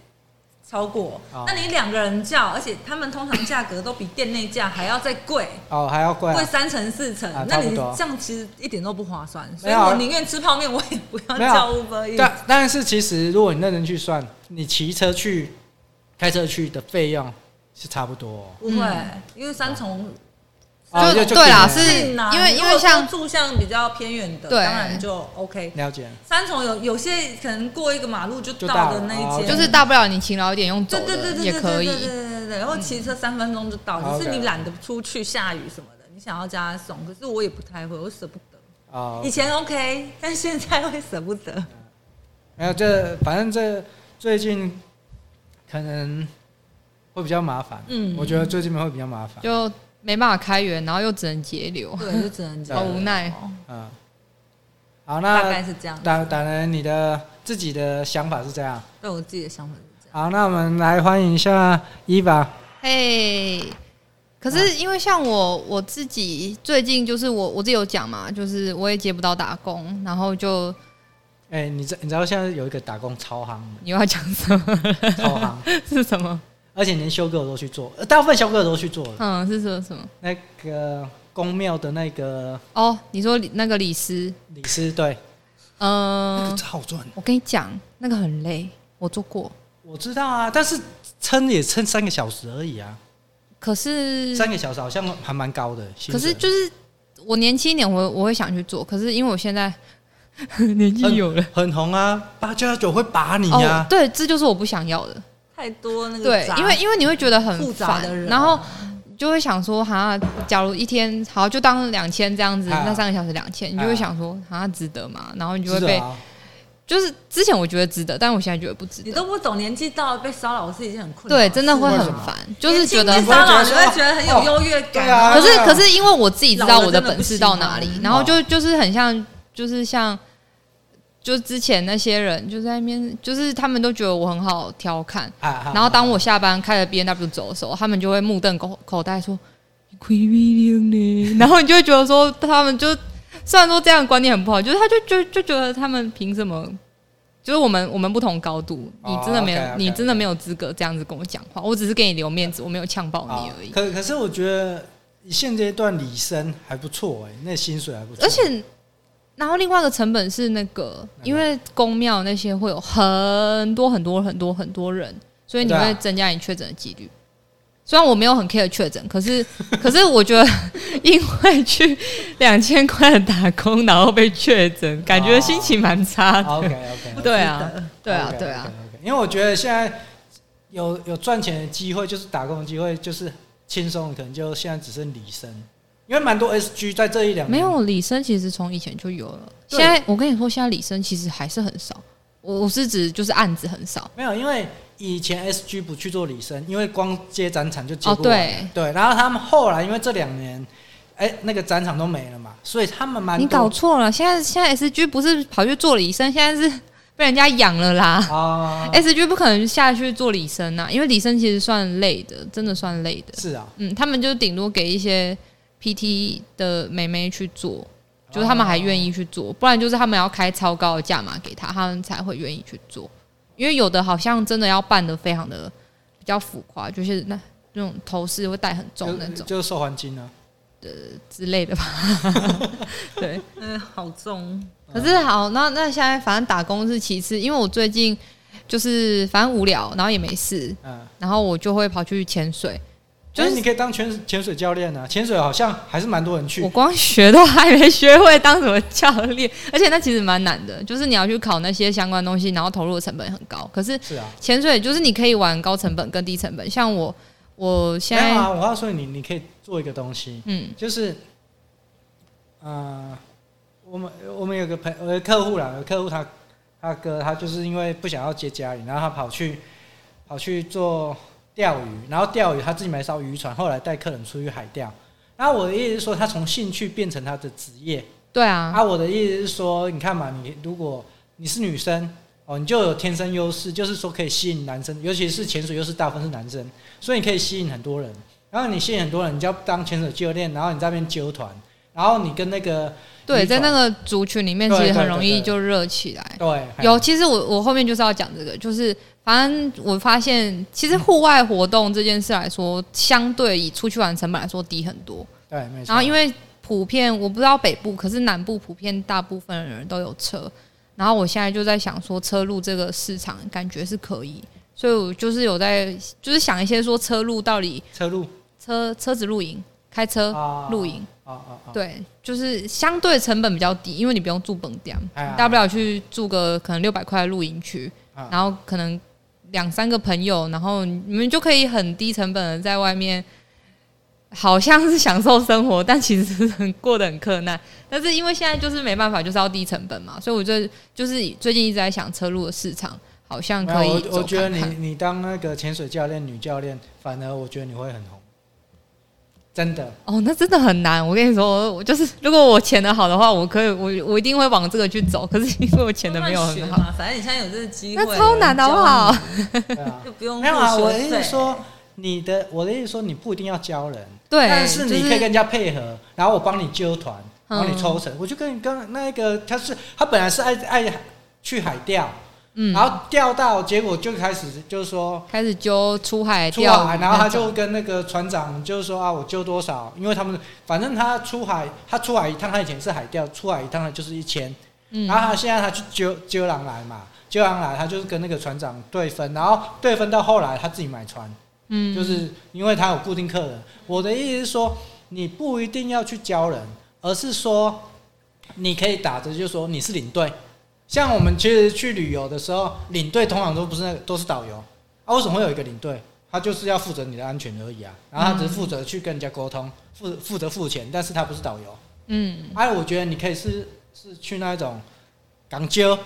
超过？哦那你两个人叫，而且他们通常价格都比店内价还要再贵，哦，还要贵啊贵三成四成啊。那差你不多这样其实一点都不划算，所没以有啊我宁愿吃泡面，我也不要没有啊叫 Uber Eats 但但是其实如果你认真去算，你骑车去、开车去的费用是差不多哦不会嗯，因为三重哦。就就对定啦了是近啊因为如因果为像说住像比较偏远的，当对然就 OK。了解，三重有有些可能过一个马路就就到到的了那哦一间，就是大不了你勤劳一点用走对对对的对也对可对对以。对对对，然后骑车三分钟就到，嗯只是 OK 你懒得出去，下雨什么的，你想要叫他送，可是我也不太会，我舍不得。哦以。前 OK，但现在会舍不得。没有这，反正这最近可能会比较麻烦。嗯我觉得最近会比较麻烦。就没办法开源，然后又只能节流，对，就只能这好样，无奈哦嗯，好，大概那是这样。当当然你的自己的想法是这样。对我自己的想法是这样。好，那我们来欢迎一下伊娃。嘿、可啊是因为像我我自己最近就是我我自己有讲嘛，就是我也接不到打工，然后就哎、你知你知道现在有一个打工超行你又要讲什么？ 的，超行，是什么？而且连修哥我都去做，呃大部分修哥我都去做了。嗯，是说什么？那个宫庙的那个哦，你说李那个李斯，李师，对，嗯、那个好赚。我跟你讲，那个很累，我做过，我知道啊，但是撑也撑三个小时而已啊。可是三个小时好像还蛮高的，薪嗯可是水就是我年轻一点我，我会想去做，可是因为我现在 年纪有了，很红啊，八加九会把你哦啊，，对，这就是我不想要的，太多那个对杂，因为因为你会觉得复很杂烦的人，，然后就会想说，哈，假如一天好就当两千这样子，啊那三个小时两千，你就啊会想说，哈，值得吗？然后你就会是的被，啊，就是之前我觉得值得，但我现在觉得不值你得，都不懂，年纪到了被骚扰是一件很困扰对，事。真的会为很什么烦，就是觉得年轻被骚扰，你会觉得很有优越对感。啊，可是可是因为我自己知道我的本事到哪老了真的不里行，然后就就是很像就是像就之前那些人就在那边，就是他们都觉得我很好调侃，然 然后当我下班开着 B N W 走的时候，他们就会目瞪口口呆说你亏逼零呢， 然后你就会觉得说他们就虽然说这样的观念很不好，就是他就就就觉得他们凭什么？就是我们我们不同高度，你哦真的没有， OK，OK，OK 你真的没有资格这样子跟我讲话。我只是给你留面子，我没有呛爆你而已。啊可可是我觉得现阶段李生还不错哎，那薪水还不错，而且，然后另外一个成本是那个，哪个因为公庙那些会有很多很多很多很多人，所以你对啊会增加你确诊的几率。虽然我没有很 care 确诊，可是 可是我觉得，因为去两千块的打工，然后被确诊，感觉心情蛮差的。 OK OK， 对啊，对啊，对啊，。因为我觉得现在有有赚钱的机会，就是打工的机会，就是轻松的，可能就现在只剩李生，因为蛮多 SG 在这一两年没有李生，其实从以前就有了。对现在我跟你说，现在李生其实还是很少。我我是指就是案子很少。没有，因为以前 SG 不去做李生，因为光接展场就接哦，不完。对，对，然后他们后来因为这两年，哎、那个展场都没了嘛，所以他们蛮你多搞错了。现在现在 S G 不是跑去做李生，现在是 被人家养了啦。啊、 S G 不可能下去做李生啊呐、因为李生其实算累的，真的算累的。是啊，嗯，他们就顶多给一些 PT 的妹妹去做，就是他们还愿意去做，不然就是他们要开超高的价码给他，他们才会愿意去做。因为有的好像真的要办的非常的比较浮夸，就是那那种头饰会戴很重那就种就是受环境啊。之类的吧。 对，嗯，好重，嗯可是好，那那现在反正打工是其次，因为我最近就是反正无聊，然后也没事，嗯，然后我就会跑去潜水。就就是是你可以当潜潜水教练啊，潜水好像还是蛮多人我去。光学都还没学会当什么教练，而且那其实蛮难的，就是你要去考那些相关东西，然后投入的成本很高。可是是啊，潜水就是你可以玩高成本跟低成本，像我，我现嗯没有在啊，我告诉你，你可以做一个东西，嗯就是，呃，我们我们有个朋我的客户啦，有个客户他他哥他就是因为不想要接家里，然后他跑去跑去做钓鱼，然后钓鱼他自己买一艘渔船，后来带客人出去海钓。然后我的意思是说，他从兴趣变成他的职业。对啊，啊，我的意思是说，你看嘛，你如果你是女生哦，你就有天生优势，就是说可以吸引男生，尤其是潜水，又是大部分是男生，所以你可以吸引很多人。然后你吸引很多人，你就要当潜水教练，然后你在那边揪团，然后你跟那个对，渔船在那个族群里面，其对实对很对容易对就热起来。对有，其实我我后面就是要讲这个，就是反正我发现，其实户外活动这件事来说，相对以出去玩成本来说低很多。对，没错。然后因为为普遍我不知道北部，可是南部普遍大部分的人都有车。然后我现在就在想说，车路这个市场感觉是可以，所以我就是有在就是想一些说车路到底车路车车子露营、开车啊露营，啊啊啊，对，就是相对成本比较低，因为你不用住本店，哎呀大不了去住个可能六百块的露营区，啊然后可能两三个朋友，然后你们就可以很低成本的在外面，好像是享受生活，但其实是很过得很困难。但是因为现在就是没办法，就是要低成本嘛，所以我就就是最近一直在想车路的市场，好像可没有以我走我觉得看你看。你当那个潜水教练、女教练，反而我觉得你会很红，真的。哦，那真的很难。我跟你说，我就是如果我潜的好的话，我可以，我我一定会往这个去走。可是因为我潜的没有很慢慢好学，嘛，反正你现在有这个机会，那超难的好不好？对啊就不用没有啊，付学我的意思费是说，你的我的意思是说，你不一定要教人，对，但是你可以跟就是嗯人家配合，然后我帮你揪团，然后你抽成。我就跟你跟那个他是他本来是爱爱去海钓，嗯，然后钓到结果就开始就是说开始揪出海出钓海，鱼那种，然后他就跟那个船长就是说啊，我揪多少，因为他们反正他出海，他出海一趟，他以前是海钓，出海一趟他就是一千，嗯然后他现在他去揪揪狼来嘛，揪狼来他就是跟那个船长对分，然后对分到后来他自己买船。嗯就是因为他有固定客人。我的意思是说，你不一定要去教人，而是说你可以打着就是说你是领队。像我们其实去旅游的时候，领队通常都不是那个，都是导游。啊，为什么会有一个领队？他就是要负责你的安全而已啊，然后他只是负责去跟人家沟通，负负责付钱，但是他不是导游。嗯哎、我觉得你可以是是去那一种港交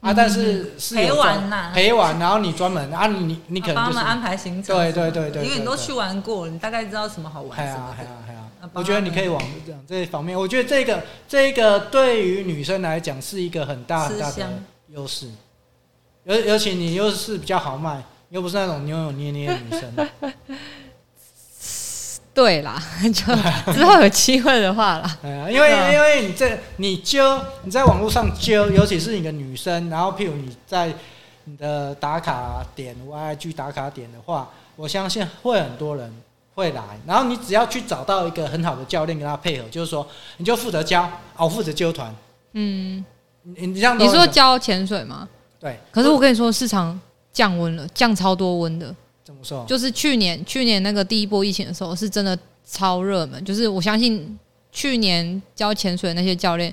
啊，但是是有嗯陪玩专呐陪玩，然后你专门啊，你你你可能帮他就是们安排行程，对对对对因为对你都对去玩过，你大概知道什么好玩哎什呀么哎呀的。哎呀啊！我觉得你可以往这样这一方面，我觉得这个这个对于女生来讲是一个很大很大吃的香优势，尤尤其你又是比较豪迈，又不是那种扭扭捏捏的女生，对啦， 就之后有机会的话 啦，哎呀，因为对啊因为你这你揪你在网络上揪，尤其是你的女生，然后譬如你在你的打卡点 YIG 打卡点的话，我相信会很多人会来。然后你只要去找到一个很好的教练跟他配合，就是说你就负责教，啊我负责揪团。嗯，你你这样都你说很教潜水吗？对，可是我跟你说，市场降温了，降超多温的，怎么说？就是去年去年那个第一波疫情的时候，是真的超热门。就是我相信去年教潜水的那些教练，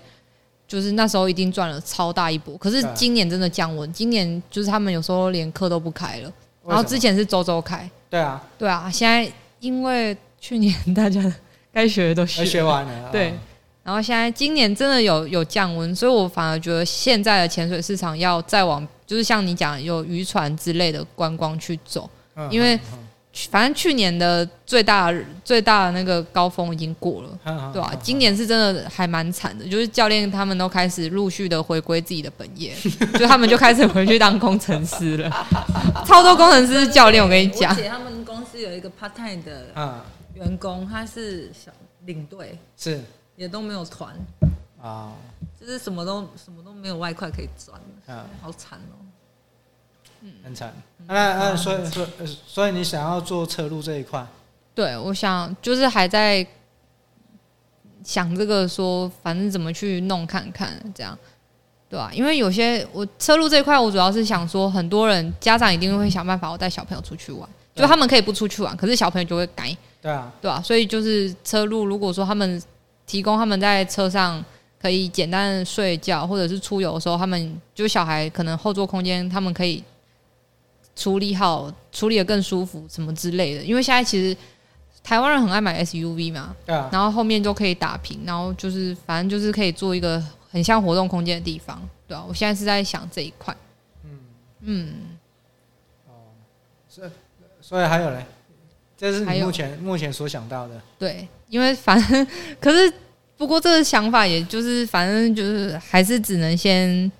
就是那时候一定赚了超大一波。可是对今年真的降温，今年就是他们有时候连课都不开了，为然后什么之前是周周开，对啊，对啊，现在因为去年大家该学的都学都了学完了。对嗯然后现在今年真的有有降温，所以我反而觉得现在的潜水市场要再往，就是像你讲有渔船之类的观光去走，嗯因为嗯去反正去年的最大最大的那个高峰已经过了。嗯嗯对啊嗯，今年是真的还蛮惨的，就是教练他们都开始陆续的回归自己的本业， 就他们就开始回去当工程师了，超多工程师是教练，我跟你我讲，姐他们公司有一个 part time 的嗯员工，他是小领队，是也都没有团，啊，就是什么都什么都没有外快可以赚，嗯，好惨哦、很惨。嗯那那所以所以呃所以你想要做车路这一块，对，我想就是还在想这个说，反正怎么去弄看看这样，对啊，因为有些我车路这一块，我主要是想说，很多人家长一定会想办法，我带小朋友出去玩，对就他们可以不出去玩，可是小朋友就会改，对啊，对啊，所以就是车路，如果说他们提供他们在车上可以简单的睡觉，或者是出游的时候，他们就小孩可能后座空间，他们可以处理好，处理的更舒服什么之类的。因为现在其实台湾人很爱买 SUV 嘛，对啊，然后后面就可以打平，然后就是反正就是可以做一个很像活动空间的地方，对啊，我现在是在想这一块，嗯哦所以还有嘞，这是还你有目前目前所想到的。对，因为反 正可是不过这个想法，也就是反正就是还是只能先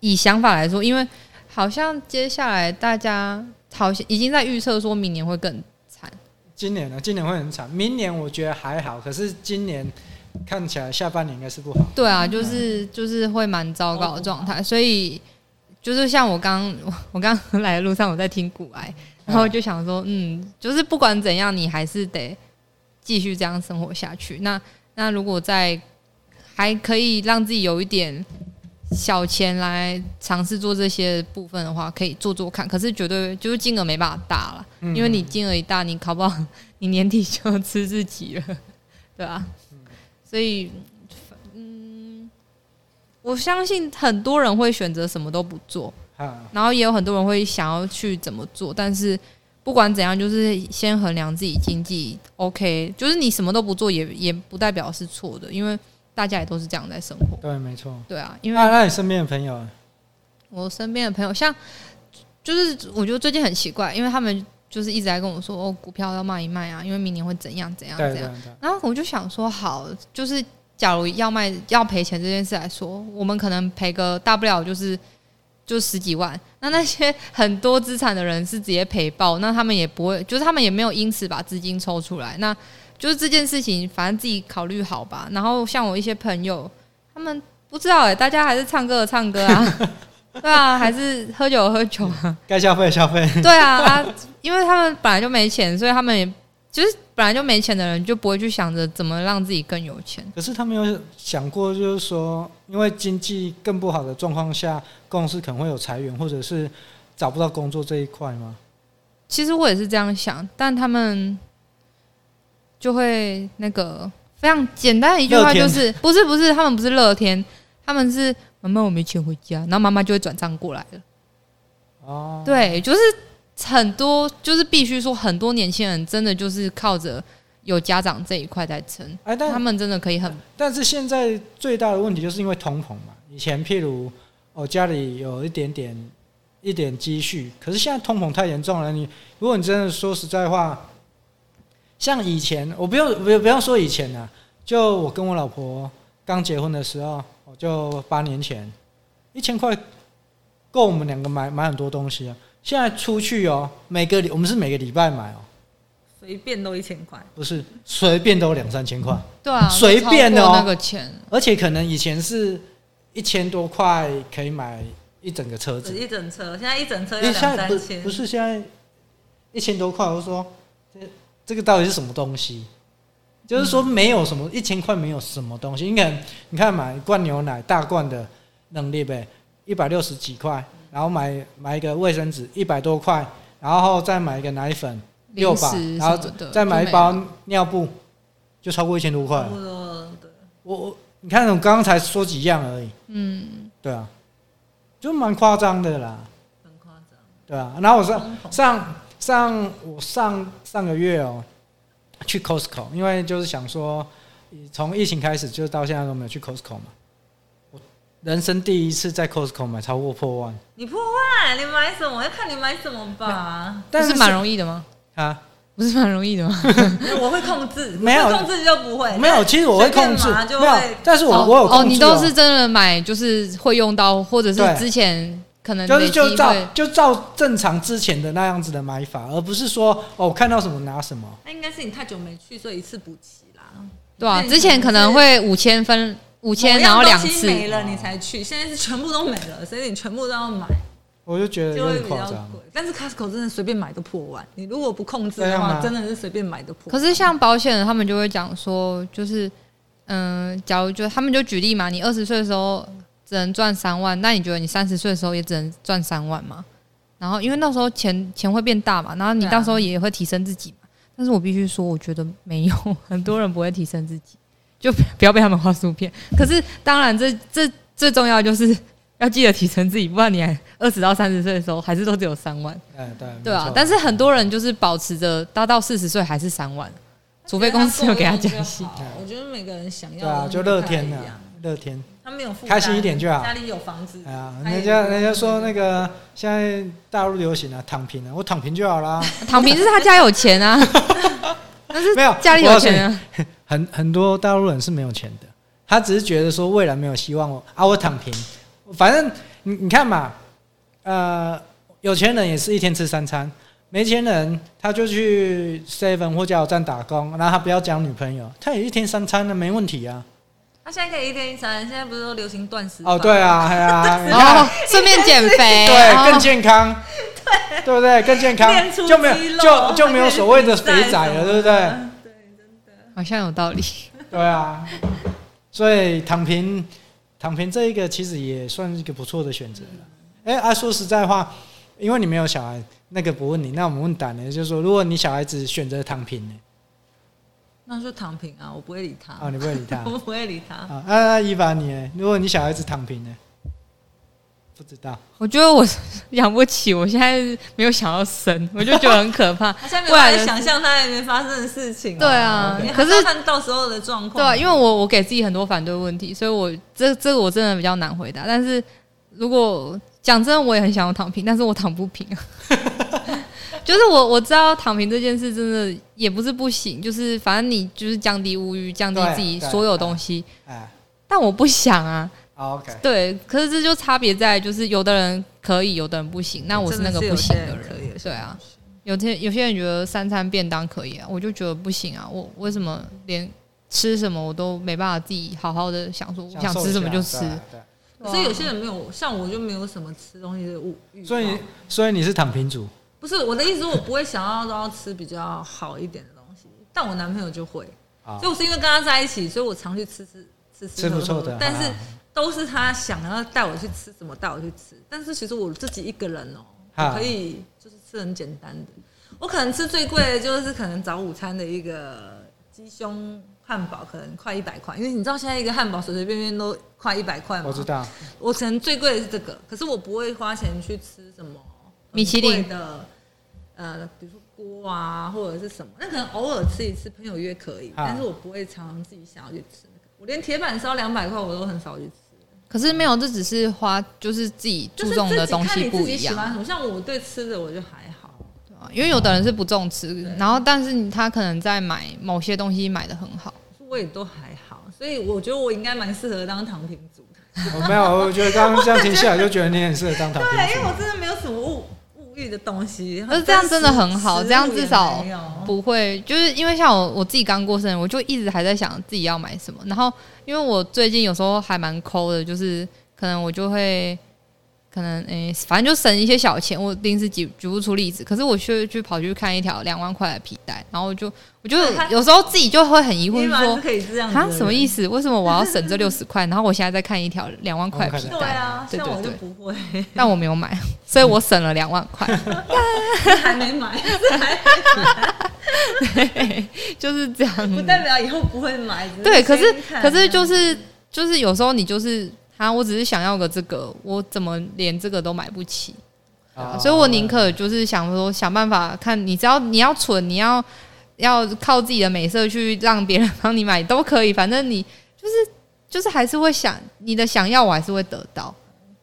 以想法来说，因为好像接下来大家好像已经在预测说明年会更惨，今年呢，今年会很惨，明年我觉得还好，可是今年看起来下半年应该是不好。对啊，就是就是会蛮糟糕的状态，所以。就是像我刚 我我刚来的路上，我在听古癌，然后就想说，嗯，就是不管怎样，你还是得继续这样生活下去。那那如果在还可以让自己有一点小钱来尝试做这些部分的话，可以做做看。可是绝对就是金额没办法大了，嗯因为你金额一大，你考不好， 你年底就吃自己了， 对吧、所以，嗯，我相信很多人会选择什么都不做，啊，然后也有很多人会想要去怎么做，但是不管怎样，就是先衡量自己经济 OK，就是你什么都不做也也不代表是错的，因为大家也都是这样在生活。对，没错。对啊，因为那那你身边的朋友啊，我身边的朋友，像就是我觉得最近很奇怪，因为他们就是一直在跟我说哦，股票要卖一卖啊，因为明年会怎样怎样对怎对样。对，然后我就想说，好，就是假如要卖要赔钱这件事来说，我们可能赔个大不了就是就十几万。那那些很多资产的人是直接赔爆，那他们也不会，就是他们也没有因此把资金抽出来。那就是这件事情，反正自己考虑好吧。然后像我一些朋友，他们不知道哎、大家还是唱歌的唱歌啊， 对啊，还是喝酒的喝酒啊。该消费的消费。 对啊，啊，因为他们本来就没钱，所以他们也就是本来就没钱的人，就不会去想着怎么让自己更有钱。可是他们有想过，就是说，因为经济更不好的状况下，公司可能会有裁员，或者是找不到工作这一块吗？其实我也是这样想，但他们就会那个非常简单的一句话，乐天就是不是不是，他们不是乐天，他们是妈妈我没钱回家，然后妈妈就会转账过来了。哦，对，就是很多就是必须说，很多年轻人真的就是靠着有家长这一块在撑，哎，但他们真的可以很但是现在最大的问题就是因为通膨嘛。以前譬如我、哦家里有一点点一点积蓄，可是现在通膨太严重了。你如果你真的说实在话，像以前我不用不不用说以前啊，就我跟我老婆刚结婚的时候，我就八年前一千块够我们两个买买很多东西啊。现在出去哦，每个礼我们是每个礼拜买哦，随便都一千块，不是随便都两三千块。对啊，随便的哦超过那个钱。而且可能以前是一千多块可以买一整个车子，一整车，现在一整车因要为两现在三不千，不是现在一千多块，我就说这这个到底是什么东西？就是说没有什么一千块没有什么东西，你看你看买一罐牛奶大罐的能力呗，一百六十几块，然后买买一个卫生纸一百多块，然后再买一个奶粉六零百食，然后什么的再买一就包尿布，就超过一千多块差了不。多对，我我你看，我刚刚才说几样而已，没有，嗯，对啊，就蛮夸张的啦，很夸张。对啊。然后我上疯狂上上我上上个月哦、去 Costco，因为就是想说，从疫情开始就到现在都没有去 Costco 嘛，我人生第一次在 Costco 买超过破万，你破坏，你买什么？要看你买什么吧。不但是蛮容易的吗？啊，不是蛮容易的吗？我会控制，没有不会控制就不会。没有，其实我会控制，随便嘛就没有会，但是我、哦我有控制、哦，你都是。真的买，就是会用到，或者对是之前可能就是累积就照会就照正常之前的那样子的买法，而不是说哦我看到什么拿什么，那应该是你太久没去，所以一次补齐啦。对啊，那你之前可能是会五千分五千，某然后样两东西次，没了你才去，现在是全部都没了，所以你全部都要买，我就觉得就有会点比夸较张。贵。但是 Costco 真的随便买都破万，你如果不控制对的啊话，真的是随便买都破万。可是像保险人，他们就会讲说，就是嗯、假如就他们就举例嘛，你二十岁的时候只能赚三万，那你觉得你三十岁的时候也只能赚三万吗？然后因为那时候钱钱会变大嘛，然后你对啊到时候也会提升自己嘛。但是我必须说，我觉得没有， 很多人不会提升自己，就不要被他们话术骗。可是当然这，这最重要的就是要记得提升自己，不然你还二十到三十岁的时候还是都只有三万。哎，对，对没啊错，但是很多人就是保持着，他到四十岁还是三万，除非公司有给他加薪。我觉得好我觉得每个人想要对啊，的就东乐西不太天一呐样，乐天。他没有负担开心一点就好家里有房子，哎呀，他也人家人家说那个现在大陆流行啊，躺平啊，我躺平就好啦。躺平是他家有钱啊，但是没有家里有钱啊，很很多大陆人是没有钱的，他只是觉得说未来没有希望哦啊，我躺平，反正你你看嘛，呃，有钱人也是一天吃三餐，没钱人他就去 seven 或加油站打工，然后他不要交女朋友，他也一天三餐的没问题啊。他现在可以一天一餐，现在不是都流行断食法哦，对，啊，哎呀，你然看后顺便减 肥，对，哦更健康， 对，对不对？更健康练出，就没肌有肉就就没有所谓的还可以肥宅了，比赛对不对？好像有道理。对啊，所以躺平，躺平这一个其实也算是一个不错的选择了。哎、啊，说实在话，因为你没有小孩，那个不问你，那我们问胆呢，就是说，如果你小孩子选择躺平呢，那就躺平啊，我不会理他，啊，你不会理 他我不会理他。啊？那伊凡你呢？如果你小孩子躺平呢？不知道，我觉得我 养不起，我现在没有想要生，我就觉得很可怕。他现在没有未办来法的想象他还没发生的事情、哦对啊你还可是要看到时候的状对况。啊，因为我我给自己很多反对问题，所以我这这个我真的比较难回答。但是如果讲真的，我也很想要躺平，但是我躺不平 啊。就是我我知道躺平这件事真的也不是不行，就是反正你就是降低物欲，降低对自己对所有东西，哎、但我不想啊。好 o k 对，可是这就差别在就是有的人可以，有的人不行。那我是真那的个是不有行些的人可以人有，些对人啊。有些有些人觉得三餐便当可以啊，我就觉得不行啊，我为什么连吃什么我都没办法自己好好的想说，我想吃什么就吃。对啊对啊可是有些人没有，像我就没有什么吃东西的物欲望。啊所以所以你是躺平族，不是我的意思，我不会想要都要吃比较好一点的东西，但我男朋友就会。啊所以我是因为跟他在一起，所以我常去吃吃吃吃吃不喝喝错的但是啊都是他想要带我去吃什么带我去吃，但是其实我自己一个人哦、啊我可以就是吃很简单的。我可能吃最贵的就是可能早午餐的一个鸡胸汉堡，可能快一百块，因为你知道现在一个汉堡随随便便都快一百块嘛。我知道。我可能最贵的是这个，可是我不会花钱去吃什么米其林很贵的，呃，比如说锅啊或者是什么，那可能偶尔吃一次，朋友约可以，啊但是我不会常常自己想要去吃那个。我连铁板烧两百块我都很少去吃，可是没有，这只是花就是自己就注是重自的己东看西你自不己一喜样，欢什么，像我对吃的我就还好，对啊因为有的人是不重吃，然后但是他可能在买某些东西买的很好。我也都还好，所以我觉得我应该蛮适合当躺平族 的。我没有，我觉得刚刚这样听下来就觉得你很适合当躺平对，因为族我。真的没有什么物物欲的东西，可是这样真的很好食物这样至少也没有不会，就是因为像我我自己刚过生日，我就一直还在想自己要买什么。然后因为我最近有时候还蛮抠的，就是可能我就会可能诶、反正就省一些小钱，我临时举举不出例子，可是我却去跑去看一条两万块的皮带，然后我就 我就对他有时候自己就会很疑你惑马说是，可以这样子的啊人，什么意思？为什么我要省这六十块？然后我现在再看一条两万块的皮对带，对啊，对像对我就对不会， 但我没有买，所以我省了两万块。还没 买，就是这样。不代表以后不会买。只对，可是先看嗯可是就是就是有时候你就是啊，我只是想要个这个，我怎么连这个都买不起？啊所以我宁可就是想说想办法看，你只要你要存，你要要靠自己的美色去让别人 帮你买都可以，反正你就是就是还是会想你的想要，我还是会得到。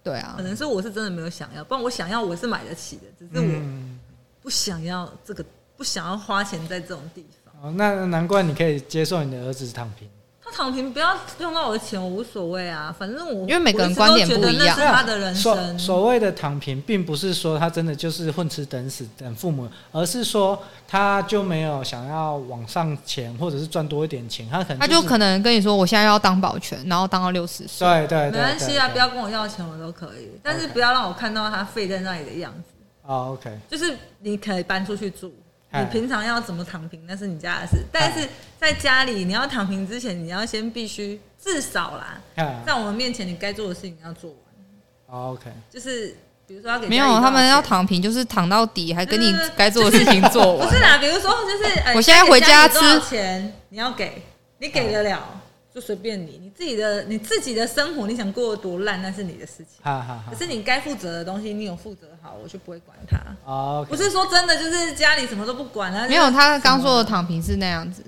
对啊可，能是我是真的没有想要，不然我想要我是买得起的，只是我嗯，不想要这个，不想要花钱在这种地方。哦那难怪你可以接受你的儿子躺平。他躺平不要用到我的钱，我无所谓啊，反正我因为每个人观点不一样我直都觉得那是他的人所生。所谓的躺平，并不是说他真的就是混吃等死等父母，而是说他就没有想要往上前，或者是赚多一点钱，他可能他就就是可能跟你说，我现在要当保全，然后当到六十岁。对对对，没关系啊，不要要跟我要钱，我都可以，但是不要让我看到他废在那里的样子。哦 OK，就是你可以搬出去住，哎你平常要怎么躺平那是你家的事，但哎是在家里你要躺平之前，你要先必须至少啦，看在我们面前你该做的事情要做完，哦 OK，就是比如说要给家里没有，他们多少要钱。躺平，就是躺到底，还跟你啊对对对该做的事情做完不。是啦，比如说就是，呃我现在回家该给里多少吃哎钱，你要给，你给得了就随便你，你自己的你自己的生活你想过得多烂那是你的事情，哈哈哈可，是你该负责的东西你有负责好，我就不会管它。哦 OK，不是说真的就是家里什么都不管啊， 没有，他刚说的躺平是那样子，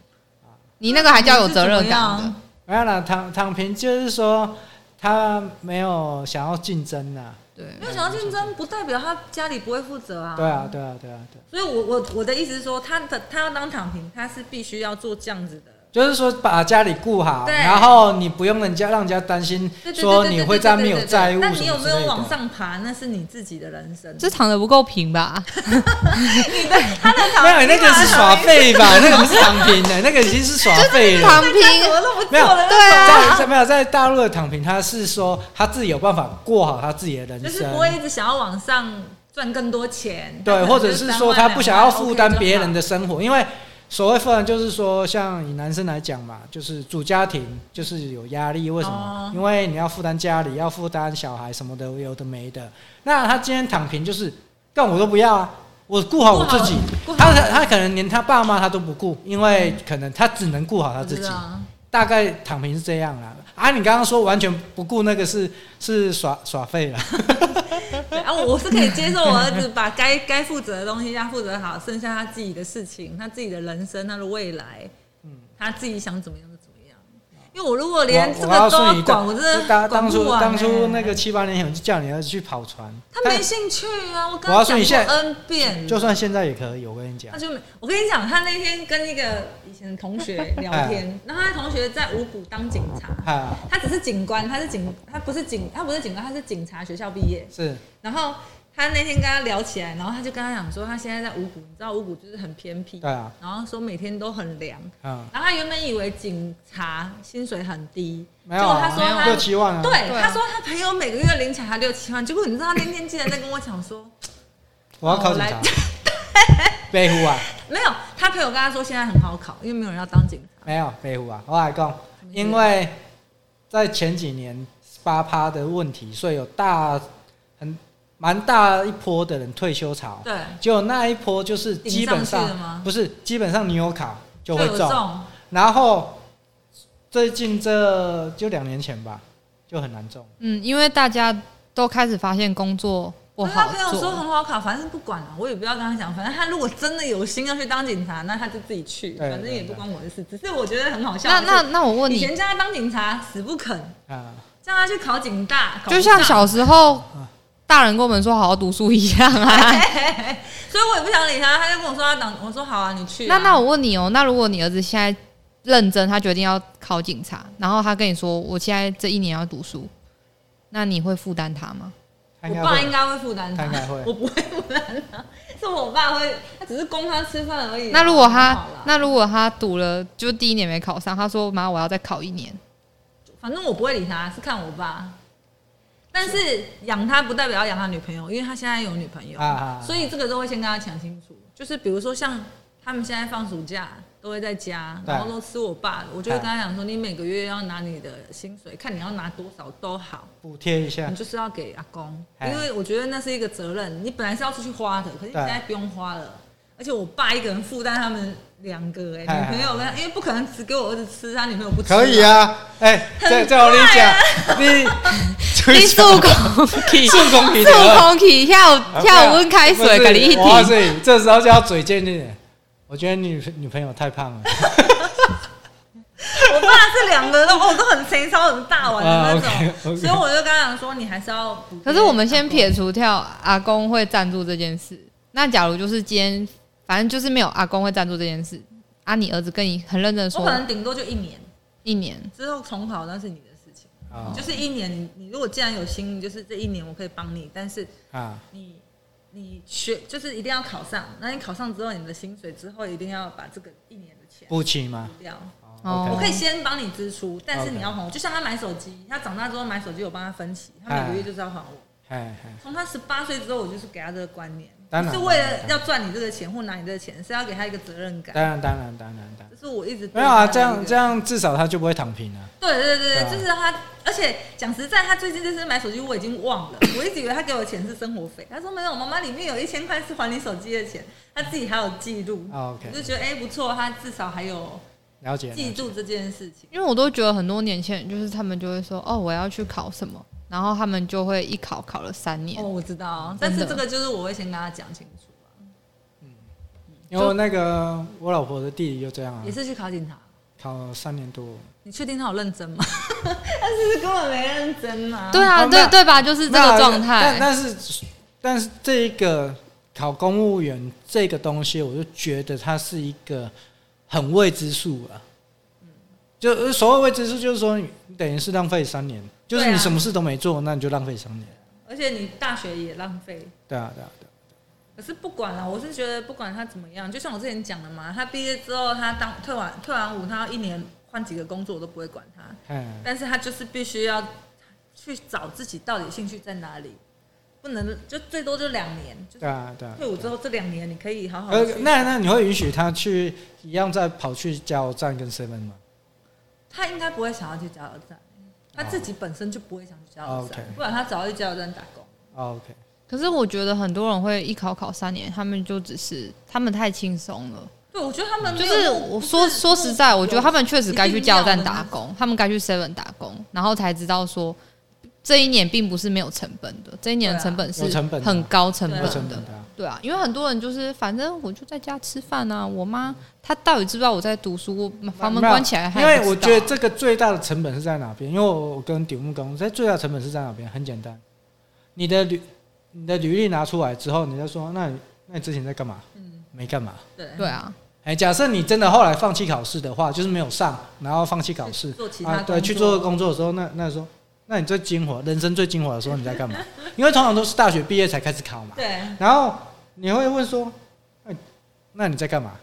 你那个还叫有责任感那你是怎么的样。没有啦，躺躺平就是说他没有想要竞争呐，对，没有想要竞争，不代表他家里不会负责啊。对啊对啊对啊对啊，所以我我我的意思是说，他的他要当躺平，他是必须要做这样子的。就是说把家里顾好，对然后你不用人家让人家担心对对说对对你对会对在对没对有对债务那什你么有之没类有的往上爬，那是你自己的人生。 这躺的不够平 吧？他的躺没平有，那个是耍废吧？那个不是躺平 的，那个已经是耍废了躺。躺平平，他什么都不没做有，了，对啊在在没有在大陆的躺平，他是说他自己有办法过好他自己的人就是生不，会一直想要往上赚更多钱。对，他或可能者就是三说万他不想要负担两万别人 OK 的生活，因为所谓负担就是说，像以男生来讲嘛，就是主家庭就是有压力，为什么哦？因为你要负担家里，要负担小孩什么的，有的没的。那他今天躺平就是干我都不要啊，我顾好我自己。就好了，他他可能连他爸妈他都不顾，因为可能他只能顾好他他自己。啊，大概躺平是这样啦。啊，你刚刚说完全不顾那个是是耍耍废了，对啊，我是可以接受我儿子把该该负责的东西他负责好，剩下他自己的事情，他自己的人生，他的未来，嗯他自己想怎么样就怎么样。因为我如果连这我我个告都诉要你，管，我真的当管当不初完欸当初那个七八年前我就叫你儿子去跑船，他没兴趣啊，我跟我告他诉讲你过现在 N 遍了，就算现在也可以，我跟你讲他，就没，我跟你讲，他那天跟一个以前的同学 聊哎天，然后他的同学在五股当警察，啊，他只是警官，他是警，他不是警，他不是警官，他是警察学校毕业。是然后他那天跟他聊起来，然后他就跟他讲说，他现在在五股，你知道五股就是很偏僻，对啊，然后说每天都很凉。嗯，然后他原本以为警察薪水很低，没有结果他啊，说他六七万啊，对，对啊他说他朋友每个月领起来六七万，结果你知道他那天竟然在跟我讲说， 我要考警察哦，北湖啊，没有，他朋友跟他说现在很好考，因为没有人要当警察。没有北湖啊，我来讲，意思因为在前几年八趴的问题，所以有大很蛮大一波的人退休潮，对，就那一波就是基本顶上去了上吗不是基本上你有考就会有中，中，然后最近这就两年前吧，就很难中。 嗯，因为大家都开始发现工作不可是他好朋友说做，很好考，反正不管了、我也不要跟他讲。反正他如果真的有心要去当警察，那他就自己去，对反正也对不对关我的事。只是我觉得很好笑的那是。那那我问以你，前叫他当警察死不肯，啊，叫他去考警大，考不就像上小时候大人跟我们说好好读书一样啊。 所以我也不想理他。他就跟我说他当，我说好啊，你去啊、 那那我问你哦，那如果你儿子现在认真，他决定要考警察，然后他跟你说我现在这一年要读书，那你会负担他吗？他应该我爸应会。该会负担他应该会我不会负担他， 是我爸会，他只是供他吃饭而已。那如果他好啦那如果他读了，就第一年没考上，他说妈我要再考一年，反正我不会理他，是看我爸。但是养他不代表要养他女朋友，因为他现在有女朋友，啊所以这个都会先跟他讲清楚。就是比如说像他们现在放暑假都会在家，对然后都吃我爸的，我就会跟他讲说，你每个月要拿你的薪水，看你要拿多少都好，补贴一下嗯你，就是要给阿公，哎因为我觉得那是一个责任，你本来是要出去花的，可是你对现在不用花了。而且我爸一个人负担他们两个、哎，哎女朋友跟他，因为不可能只给我儿子吃，他女朋友不吃嘛。可以啊。哎，这这我跟你讲，你啊 你数空气，数公平数空气，跳跳温开水，给你一啊哇提。塞，这时候就要嘴贱一点。我觉得你女女朋友太胖 了，我爸是两个都哦都很肥超很大碗的那种，啊，OK，OK 所以我就跟他讲说你还是要补贴。可是我们先撇除掉阿公会赞助这件事，那假如就是今天，反正就是没有阿公会赞助这件事，啊，你儿子跟你很认真地我说可能顶多就一年一年，之后重考那是你的事情，啊就是一年你你如果既然有心，你就是这一年我可以帮你，但是啊，你你学就是一定要考上，那你考上之后你的薪水之后一定要把这个一年的钱不齐吗补？掉。哦我 OK 可以先帮你支出，但是 OK 你要还我，就像他买手机，他长大之后买手机，我帮他分期，他每个月就是要还我。哎哎，从他十八岁之后，我就是给他这个观念，当不然是为了要赚你这个钱或拿你这个钱，是要给他一个责任感。当然当然当然当然这，是我一直没有啊，对他的这样一个这，样至少他就不会躺平啊。对对对对啊对，就是他。而且讲实在，他最近这次买手机我已经忘 了，我一直以为他给我钱是生活费，他说没有，妈妈里面有一千块是还你手机的钱，他自己还有记录，啊我 OK，就觉得哎、不错，他至少还有了解。了记解住这件事情。因为我都觉得很多年轻人就是他们就会说，哦，我要去考什么，然后他们就会一考考了三年哦，，我知道，真但的是这个就是我会先跟他讲清楚啊、因为那个我老婆的弟弟就这样啊也，是去考警察。考三年多。你确定他有认真吗？ 他是不是根本没认真啊对哦啊，那对对吧？就是这那个状但态，但是但是这一个考公务员这个东西，我就觉得它是一个很未知数啊。就呃所谓未知数，就是说你你等于是浪费三年，就是对你啊什么事都没做，那你就浪费三年。而且你大学也浪费。对啊，对啊，对啊。可是不管了，我是觉得不管他怎么样，就像我之前讲的嘛，他毕业之后，他当退完退完伍，他要一年换几个工作，我都不会管他。嗯，但是他就是必须要去找自己到底兴趣在哪里，不能就最多就两年，就是对啊，对啊。退伍之后这两年你可以好好呃地，去。那那你会允许他去一样再跑去加油站跟 seven 吗？他应该不会想要去加油站，他自哦己本身就不会想去加油站 OK，不然他早就去加油站打工。哦，OK，可是我觉得很多人会一考考三年，他们就只是他们太轻松了。对，我觉得他们就没有是那我不说是说实在，我觉得他们确实该去加油站打一定要的工，他们该去 Seven 打工，然后才知道说这一年并不是没有成本的，这一年的对啊成本是有成本的很高成本对有啊成本的。的啊。对啊，因为很多人就是反正我就在家吃饭啊，我妈她到底知不知道我在读书？我房门没有关起来她因也为不知道啊，我觉得这个最大的成本是在哪边？因为我我跟顶木工，这最大的成本是在哪边？很简单，你的履你的履历拿出来之后，你就说，那你那你之前在干嘛？嗯没干嘛。对对啊，哎，假设你真的后来放弃考试的话，就是没有上，然后放弃考试去做其他啊，对，工去作做工作的时候，那那时候，那你最精华，人生最精华的时候你在干嘛？ 因为通常都是大学毕业才开始考嘛，对，然后你会问说，那那你在干嘛？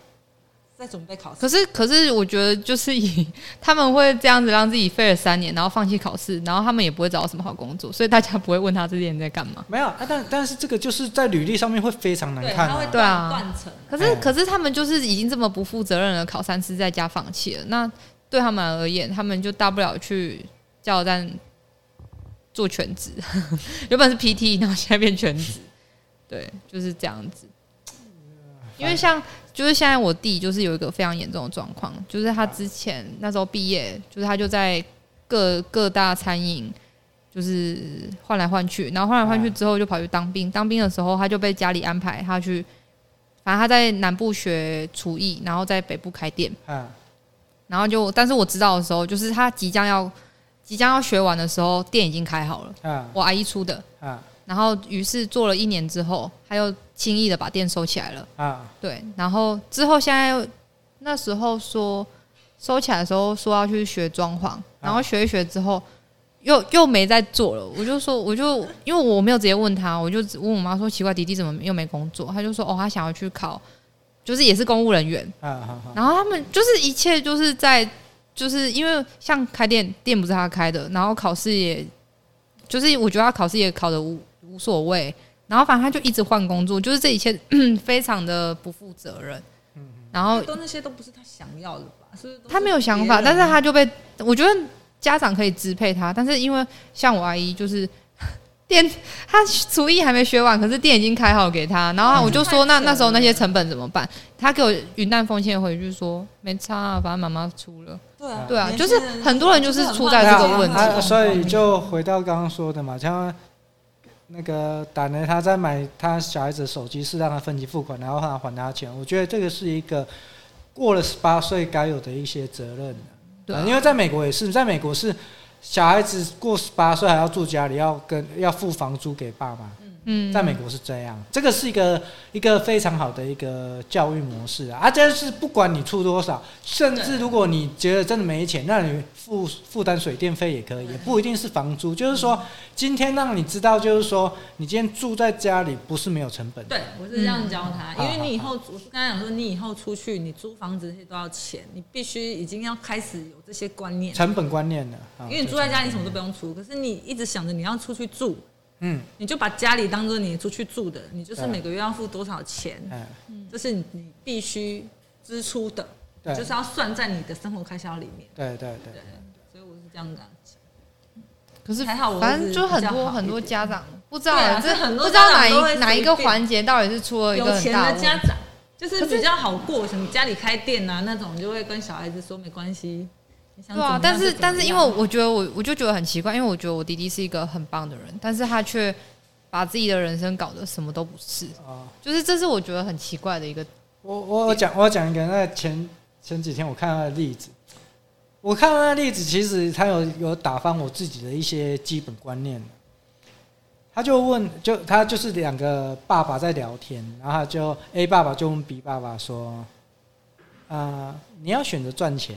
在准备考试。可是，可是，我觉得就是以 他们会这样子让自己废了三年，然后放弃考试，然后他们也不会找到什么好工作，所以大家不会问他这些人在干嘛。没有，啊、但但是这个就是在履历上面会非常难对，看、他会啊。对啊断断层。可是，可是他们就是已经这么不负责任了，考三次在家放弃了。那对他们而言，他们就大不了去加油站做全职， 原本是 PT，然后现在变全职，对，就是这样子。因为像就是现在我弟就是有一个非常严重的状况，就是他之前那时候毕业，就是他就在各各大餐饮就是换来换去，然后换来换去之后就跑去当兵，当兵的时候他就被家里安排他去，反正他在南部学厨艺，然后在北部开店，啊，然后就但是我知道的时候，就是他即将要即将要学完的时候，店已经开好了，啊我阿姨出的，啊然后于是做了一年之后，他又轻易的把店收起来了。啊！对，然后之后现在那时候说收起来的时候说要去学装潢，然后学一学之后又又没再做了。我就说，我就因为我没有直接问他，我就只问我妈说奇怪，迪迪怎么又没工作？他就说哦，他想要去考，就是也是公务人员。啊啊啊！然后他们就是一切就是在就是因为像开店，店不是他开的，然后考试也就是我觉得他考试也考得无无所谓，然后反正他就一直换工作，就是这一切嗯非常的不负责任。然后都那些都不是他想要的吧？是不是都是他没有想法，别但人是他就被我觉得家长可以支配他，但是因为像我阿姨就是 店，她厨艺还没学完，可是店已经开好给她，然后我就说嗯那太扯了那时候那些成本怎么办？她给我云淡风轻地回去说没差、啊，反正妈妈出了。对啊，对啊年就是轻人很多人就是出在对啊这个问题啊啊所以就回到刚刚说的嘛，像那个打雷他在买他小孩子的手机是让他分期付款，然后让他还他钱，我觉得这个是一个过了十八岁该有的一些责任、对啊啊、因为在美国也是，在美国是小孩子过十八岁还要住家里，要跟要付房租给爸妈。嗯，在美国是这样，这个是一个一个非常好的一个教育模式啊，啊，这是不管你出多少，甚至如果你觉得真的没钱，那你负负担水电费也可以，也不一定是房嗯租，就是说今天让你知道，就是说你今天住在家里不是没有成本的，对，我是这样教他，嗯因为你以后，我是刚才讲说，你以后出去，你租房子这些都要钱，你必须已经要开始有这些观念，成本观念的，啊因为你住在家，你什么都不用出，可是你一直想着你要出去住，嗯你就把家里当做你出去住的，你就是对啊每个月要付多少钱，嗯，这是你你必须支出的，对就是要算在你的生活开销里面。对对对对，，所以我是这样讲。可是还好我反正就很儿子比较多好很多一点家长不知道对啊这是很多不知道家哪长都会一哪一个随便环节到底是出了一个有很钱大的问题家。长就是可是比较好过，什么家里开店啊那种，就会跟小孩子说没关系。你想对怎么啊样，但就是怎么但是因为样我觉得我我就觉得很奇怪，因为我觉得我弟弟是一个很棒的人，但是他却把自己的人生搞得什么都不是，啊。就是这是我觉得很奇怪的一个。我我我讲我讲一个，那前前几天我看到的例子，我看到那例子，其实他有有打翻我自己的一些基本观念。他就问，就他就是两个爸爸在聊天，然后他就 A 爸爸就问 B 爸爸说：“啊、你要选择赚钱，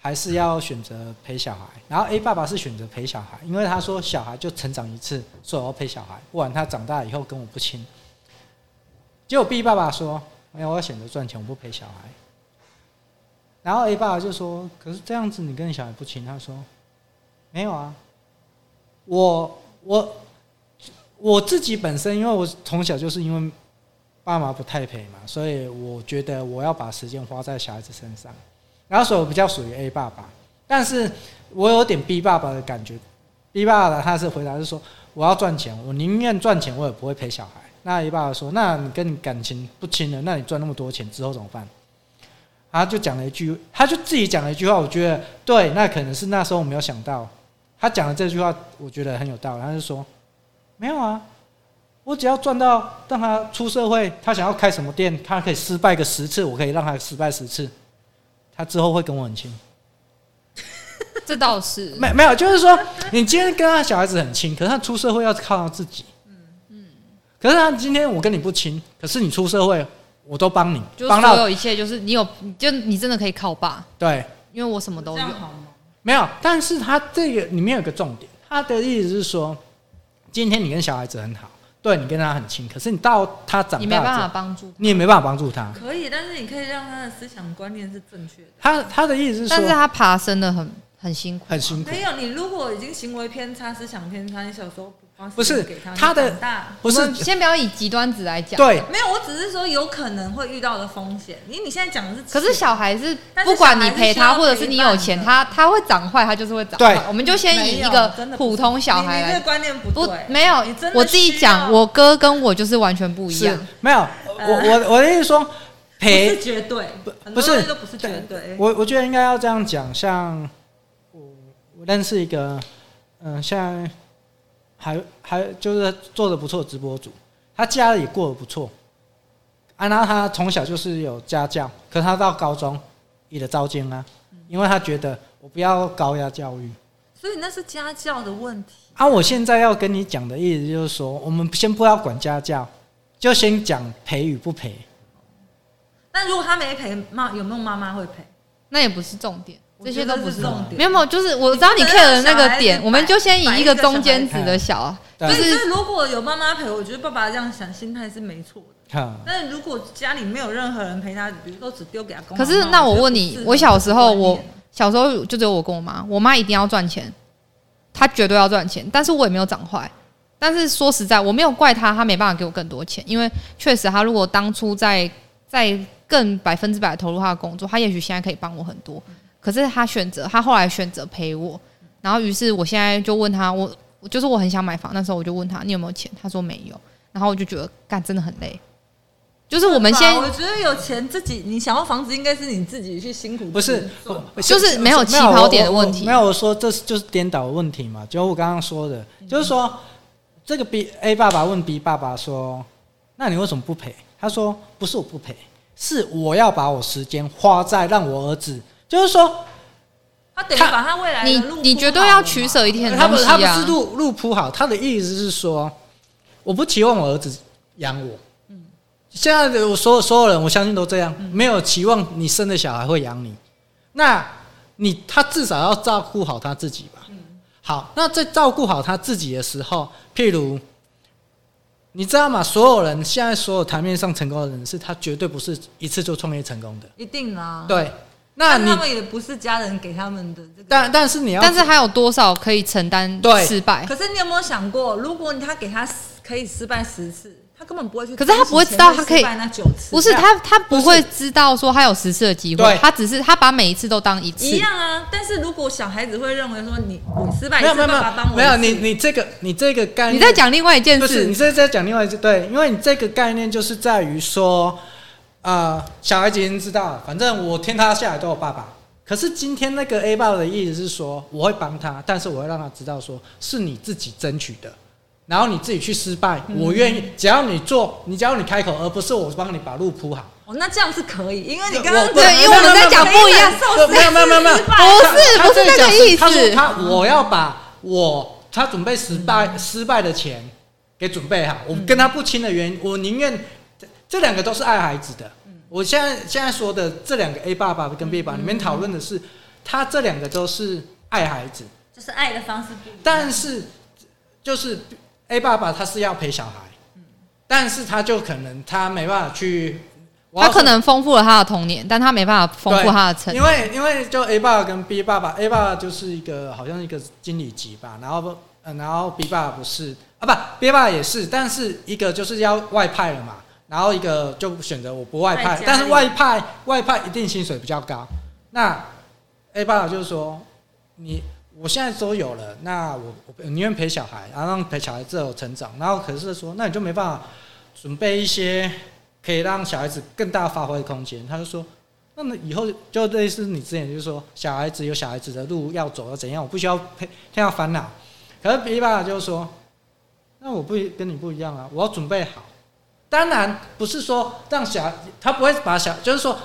还是要选择陪小孩？”然后 A 爸爸是选择陪小孩，因为他说小孩就成长一次，所以我要陪小孩，不然他长大以后跟我不亲。结果 B 爸爸说：“没有，我要选择赚钱，我不陪小孩。”然后 A 爸爸就说：“可是这样子你跟小孩不亲。”他说：“没有啊，我我我自己本身，因为我从小就是因为爸妈不太陪嘛，所以我觉得我要把时间花在小孩子身上。然后所以我比较属于 A 爸爸，但是我有点 B 爸爸的感觉。B 爸爸他是回答是说，我要赚钱，我宁愿赚钱，我也不会陪小孩。那 A 爸爸说，那你跟你感情不亲了，那你赚那么多钱之后怎么办？他就讲了一句，他就自己讲了一句话，我觉得对，那可能是那时候我没有想到，他讲的这句话，我觉得很有道理。他就说，没有啊，我只要赚到让他出社会，他想要开什么店，他可以失败个十次，我可以让他失败十次，他之后会跟我很亲。这 倒是，没没有，就是说你今天跟他小孩子很亲，可是他出社会要靠他自己。可是他今天我跟你不亲，可是你出社会我都帮你就，帮是所到有一切就是你有，你就你真的可以靠爸，对，因为我什么都这有样。好吗？没有。但是他这个里面有个重点，他的意思是说，今天你跟小孩子很好，对你跟他很亲，可是你到他长你没大办之法后，帮助，你也没办法帮助他。可以，但是你可以让他的思想观念是正确的。他他的意思是但是说他爬升的很很辛苦，很辛苦，没有，你如果已经行为偏差、思想偏差，你小时候不花时间不是给他，他的你长大。不我是们先不要以极端值来讲。，对没有，我只是说有可能会遇到的风险，因为你现在讲的是，可是小孩是但是不管你陪小孩他，是需要或者是你有钱，陪他伴他会长坏，他就是会长对坏。我们就先以一个没有真的不是普通小孩你你这来个观念不不对，没有你真，的我自己需要讲，我哥跟我就是完全不一是样。没有，我我我的意思是说不陪是绝对，很不多是东西都不是绝对。我我觉得应该要这样讲，像我我认识一个，嗯、像还还就是做的不错的直播主，他家里也过得不错，啊，然后他从小就是有家教，可是他到高中也得遭奸啊，因为他觉得我不要高压教育。所以那是家教的问题。啊，我现在要跟你讲的意思就是说，我们先不要管家教，就先讲陪与不陪。那如果他没陪妈，有没有妈妈会陪？那也不是重点，这些都不我觉得这是是重点没有没有，就是我知道你你可 care 能的那个小孩点，子我们就先以一个中间值摆一的个小，对就所以是所以如果有妈妈陪，我觉得爸爸这样想心态是没错的。哈，但是如果家里没有任何人陪他，比如说只丢给他公，可是那我觉得问不你是，我小时候观念我小时候就只有我跟我妈，我妈一定要赚钱，他绝对要赚钱，但是我也没有长坏。但是说实在，我没有怪他，他没办法给我更多钱，因为确实他如果当初在在更百分之百投入他的工作，他也许现在可以帮我很多。可是他选择，他后来选择陪我，然后于是我现在就问他，我我就是我很想买房，那时候我就问他你有没有钱，他说没有，然后我就觉得干真的很累，就是我们先我觉得有钱自己，你想要房子应该是你自己去辛苦，不是，就是没有起跑点的问题没有，我我没有我说这是就是颠倒的问题嘛，就我刚刚说的，就是说这个 B A 爸爸问 B 爸爸说：“那你为什么不陪？”他说：“不是我不陪，是我要把我时间花在让我儿子，就是说他等于把他未来的你路你铺绝对好要了取嘛舍一点他东不西他不是啊。路路铺好，他的意思是说，我不期望我儿子养我。现在的我所有所有人，我相信都这样，嗯没有期望你生的小孩会养你。那你他至少要照顾好他自己吧。嗯好，那在照顾好他自己的时候，譬如，你知道吗？所有人现在所有台面上成功的人士，他绝对不是一次就创业成功的。一定啊啦。对，那但你他们也不是家人给他们的这个。但但是你要，但是还有多少可以承担对失败？可是你有没有想过，如果他给他十可以失败十次，他根本不会去可珍是惜前他面失败那九次。不会知那道他可以不是他，他不不是会知道说他有十次的机对会，他只是他把每一次都当一次一。样啊。但是如果小孩子会认为说你你失败一没有次，没有没爸有爸帮我没有一次你你这个你这个概念，你在讲另外一件不是，你事，这是在讲另外一件对，因为你这个概念就是在于说，啊，小孩子已经知道了，反正我天塌下来都有爸爸。可是今天那个 A 爸的意思是说，我会帮他，但是我会让他知道说是你自己争取的，然后你自己去失败，嗯我愿意，只要你做，你只要你开口，而不是我帮你把路铺好。哦，那这样是可以，因为你刚我刚不对因为我们在讲不一样受没有没有没有没有，不是他不是这那讲个意思他说他我要把我他准备失败失败的钱给准备好，我跟他不亲的原因，我宁愿这这两个都是爱孩子的。我现在现在说的这两个 A 爸爸跟 B 爸，你们讨论的是他这两个都是爱孩子，就是爱的方式不一样。但是就是 A 爸爸他是要陪小孩，但是他就可能他没办法去，我要他可说能丰富了他的童年，但他没办法丰富对他的成因为因为就 A 爸跟 B 爸爸，A 爸爸就是一个好像一个经理级吧，然后不、呃、然后 B 爸不是啊不 B 爸也是，但是一个就是要外派了嘛，然后一个就选择我不外在家派里，但是外派外派一定薪水比较高。那 A 爸就是说你。我现在都有了，那我我宁愿陪小孩，然后让陪小孩自由成长。然后可是说，那你就没办法准备一些可以让小孩子更大发挥的空间。他就说，那么以后就类似你之前就是说，小孩子有小孩子的路要走，要怎样，我不需要陪天要烦恼。可是皮爸就是说，那我不跟你不一样啊，我要准备好。当然不是说让小孩，他不会把小，就是说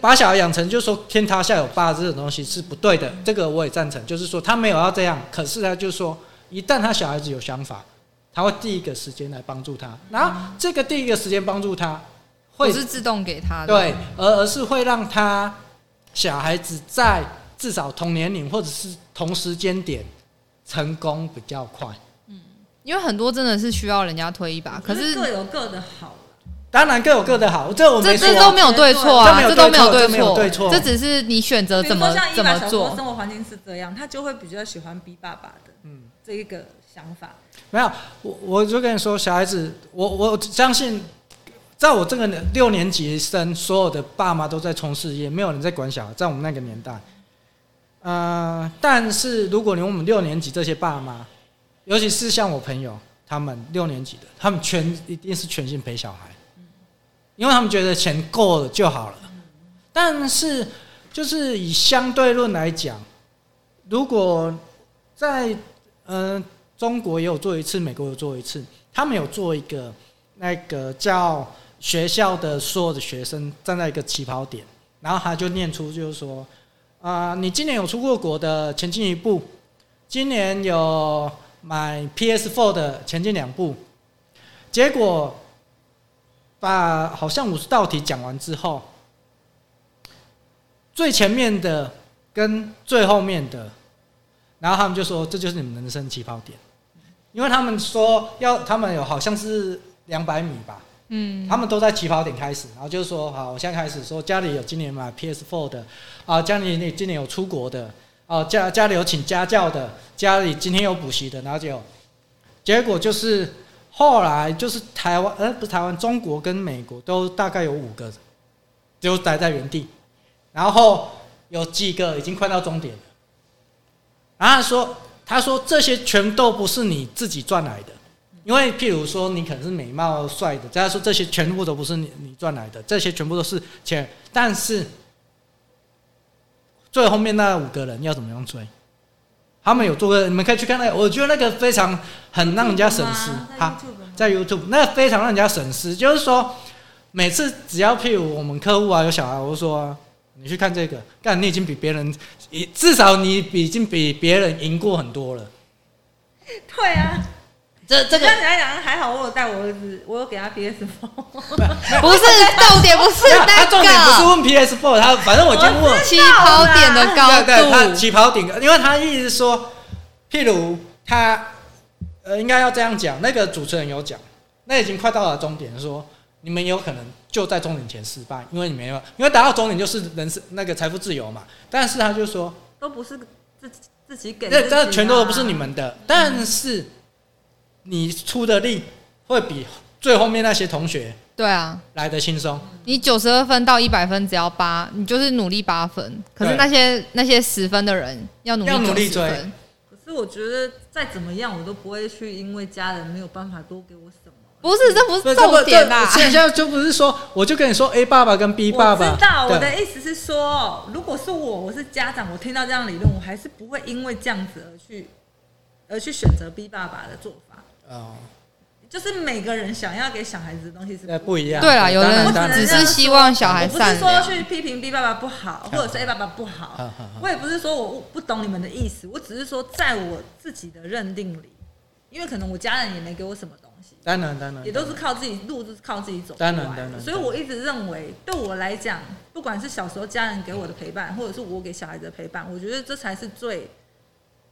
把小孩养成，就是说天塌下有爸这种东西是不对的，这个我也赞成。就是说他没有要这样，可是他就说，一旦他小孩子有想法，他会第一个时间来帮助他，然后这个第一个时间帮助他，不会是自动给他的。对，而而是会让他小孩子在至少同年龄或者是同时间点成功比较快。因为很多真的是需要人家推一把，可是各有各的好。当然各有各的好，这我没这说这都啊。没有对错啊，这这都都没没有有对错这没对有对错这只是你选择比如怎说么像伊怎娃小么时候做。生活环境是这样，他就会比较喜欢 B 爸爸的嗯这一个想法。没有，我我就跟你说，小孩子，我我相信，在我这个年六年级生，所有的爸妈都在冲事业，没有人在管小孩，在我们那个年代。呃，但是如果你问我们六年级这些爸妈，尤其是像我朋友他们六年级的，他们全一定是全心陪小孩，因为他们觉得钱够了就好了。但是就是以相对论来讲，如果在嗯、呃中国也有做一次，美国有做一次，他们有做一个那个叫学校的所有的学生站在一个起跑点，然后他就念出就是说，啊、你今年有出过国的前进一步，今年有买 PS4 的前进两步，结果把好像五十道题讲完之后，最前面的跟最后面的，然后他们就说这就是你们人生起跑点，因为他们说要他们有好像是两百米吧，嗯，他们都在起跑点开始，然后就是说，好，我现在开始说家里有今年买 PS4 的，啊，家里你今年有出国的，啊，哦，家家里有请家教的，家里今天有补习的，然后就有结果就是后来就是台湾，呃，不是台湾，中国跟美国都大概有五个，就待在原地，然后有几个已经快到终点了，然后他说他说这些全都不是你自己赚来的。因为譬如说你可能是美貌帅的，他说这些全部都不是你你赚来的，这些全部都是钱，但是最后面那五个人要怎么样追？他们有做过，你们可以去看那个，我觉得那个非常很让人家省嗯思。他在 YouTube 那个非常让人家省思，就是说每次只要譬如我们客户啊有小孩，我就说、啊、你去看这个，干你已经比别人，至少你已经比别人赢过很多了。对啊，这这这个样你来讲还好，我有带我儿子，我有给他 PS 包。 不是重点，不是没有他那重点不是个问 PS4，他反正我已经问起跑点的高对对，他度，起跑点，因为他一直说，譬如他呃，应该要这样讲，那个主持人有讲，那已经快到了终点，说你们有可能就在终点前失败，因为你没有，因为达到终点就是人是那个财富自由嘛。但是他就说，都不是自己自己给自这己、啊，这全都不是你们的，但是你出的力会比最后面那些同学对啊，来的轻松。你九十二分到一百分只要八，你就是努力八分。可是对那些那些十分的人要努要努力力九十追分，可是我觉得再怎么样，我都不会去因为家人没有办法多给我什么。不是这不不是重点吧？啊啦。现在就不是说，我就跟你说 A 爸爸跟 B 爸爸，我知道对我的意思是说，如果是我，我是家长，我听到这样的理论，我还是不会因为这样子而去而去选择 B 爸爸的做法。哦，就是每个人想要给小孩子的东西是那不呃不一样。对啦，有当然人当然只这是样希说望小我孩不是善说良，去批评 B 爸爸不好，或者是 A 爸爸不好好好好，我也不是说我我不懂你们的意思，我只是说在我自己的认定里，因为可能我家人也没给我什么东西，当然当然，也都是靠自己路，都是靠自己走出嗯当然来的当然所以我一直认为，对我来讲，不管是小时候家人给我的陪伴，或者是我给小孩子的陪伴，我觉得这才是最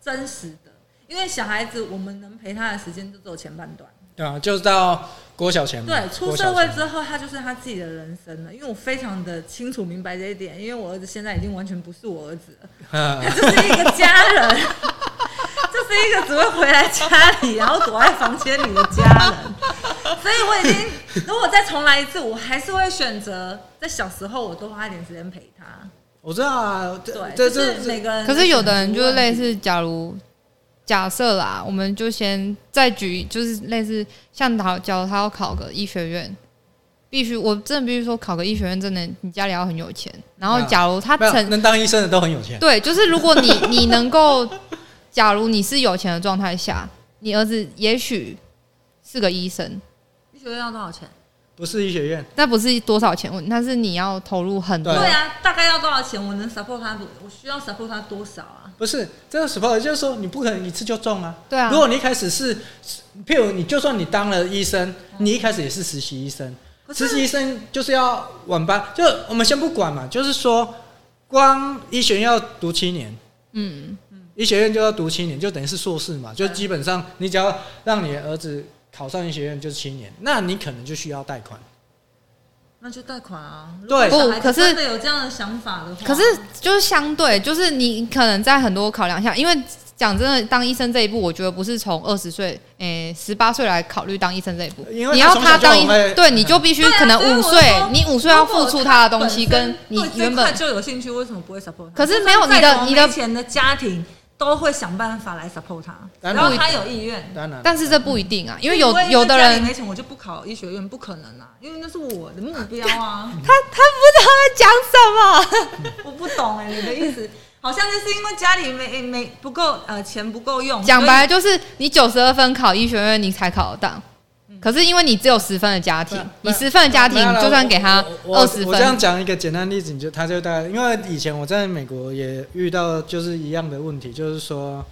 真实的。因为小孩子，我们能陪他的时间就只有前半段。对啊，就是到郭小钱嘛。对，出郭社小会钱之后，他就是他自己的人生了。因为我非常的清楚明白这一点，因为我儿子现在已经完全不是我儿子了，嗯 他就是一个家人， 就是一个只会回来家里，然后躲在房间里的家人。 所以我已经，如果再重来一次，我还是会选择在小时候我多花一点时间陪他。 我知道啊，这对，这就是这每个人。可是有的人啊就是类，似，假如假设啦，我们就先再举，就是类似像他，假如他要考个医学院，必须我真的必须说，考个医学院真的，你家里要很有钱。然后没有假如他啊没有成能当医生的都很有钱。对，就是如果你你能够，假如你是有钱的状态下，你儿子也许是个医生，你觉得要多少钱？不是医学院，那不是多少钱问题，但是你要投入很多对对啊，大概要多少钱？我能 support 他多，我需要 support 他多少啊？不是这个 support，就是说你不可能一次就中啊。对啊如果你一开始是，譬如你就算你当了医嗯生，你一开始也是实习医生，可是实习医生就是要晚班，就我们先不管嘛，就是说光医学院要读七年。嗯，医学院就要读七年，就等于是硕士嘛，就基本上你只要让你的儿子考上医学院就是七年，那你可能就需要贷款。那就贷款啊。对如果小孩不哦可子是真的有这样的想法的话，可是就是相对，就是你可能在很多考量下，因为讲真的，当医生这一步，我觉得不是从二十岁，诶十八岁来考虑当医生这一步。因为你要他从小他当医就会，对，你就必须对啊可能所以五我岁说，你五岁要付出他的东西，如果他跟本身你对这原块本就有兴趣，为什么不会 support 他？可是就算没有你的再多你的没钱的家庭都会想办法来 support 他，当然只要他有意愿。当然，但是这不一定啊，因为不有会因有的家里人没钱，我就不考医学院，不可能啊，因为那是我的目标啊。他他不知道在讲什么，我不懂哎、你的意思好像就是因为家里没没不够呃钱不够用，讲所以白了就是你九十二分考医学院，你才考得到。可是因为你只有十分的家庭，没你有十分的家庭嗯啊没有啦就算给他我我二十我我这样分，讲一个简单例子，你就他就大概，因为以前我在美国也遇到就是一样的问题，就是说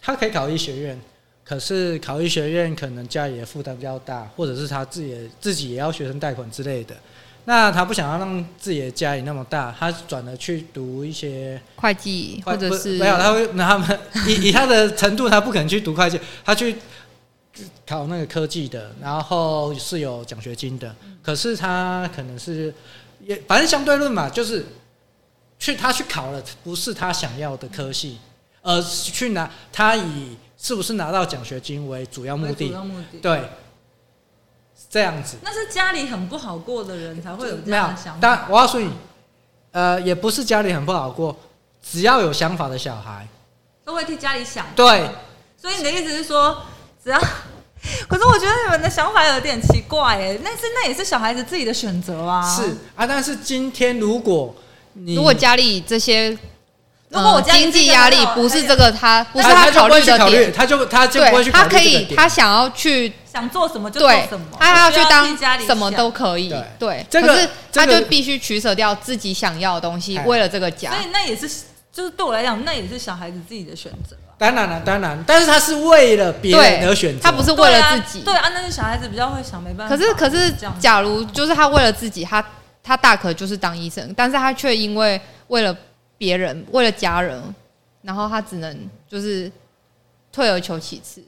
他可以考医学院，可是考医学院可能家里的负担比较大，或者是他自己也自己也要学生贷款之类的。那他不想要让自己的家里那么大，他转了去读一些会计或者不是没有，他会拿他们以以他的程度，他不可能去读会计，他去考那个科技的，然后是有奖嗯学金的，可是他可能是也反正相对论嘛，就是去他去考了不是他想要的科系，而是去拿他以是不是拿到奖学金为主要目主的，要目的。对，这样子。那是家里很不好过的人才会有这没有样的想，法。但我告诉你，呃，也不是家里很不好过，只要有想法的小孩，都会替家里想。对，所以你的意思是说，只要……可是我觉得你们的想法有点奇怪哎，但是那也是小孩子自己的选择啊。是，啊。但是今天如果你如果家里这些如果我呃家里经济这个压没力有不哎是呀这个他不是他他就考不会虑去的考虑，点，他就他就不会对去他考虑可这个以点他想要去想做什么就做对什么，，他要不去替当家里什么想都。可以对，对，这个可是他这个就必须取舍掉自己想要的东西哎，为了这个家所。以那也是，就是对我来讲，那也是小孩子自己的选择啊。当然了，当然，但是他是为了别人而选择，他不是为对了啊自己。对啊，那是小孩子比较会想，没办法。可是可是这样，假如就是他为了自己，他他大可就是当医生，但是他却因为为了别人，为了家人，然后他只能就是退而求其次。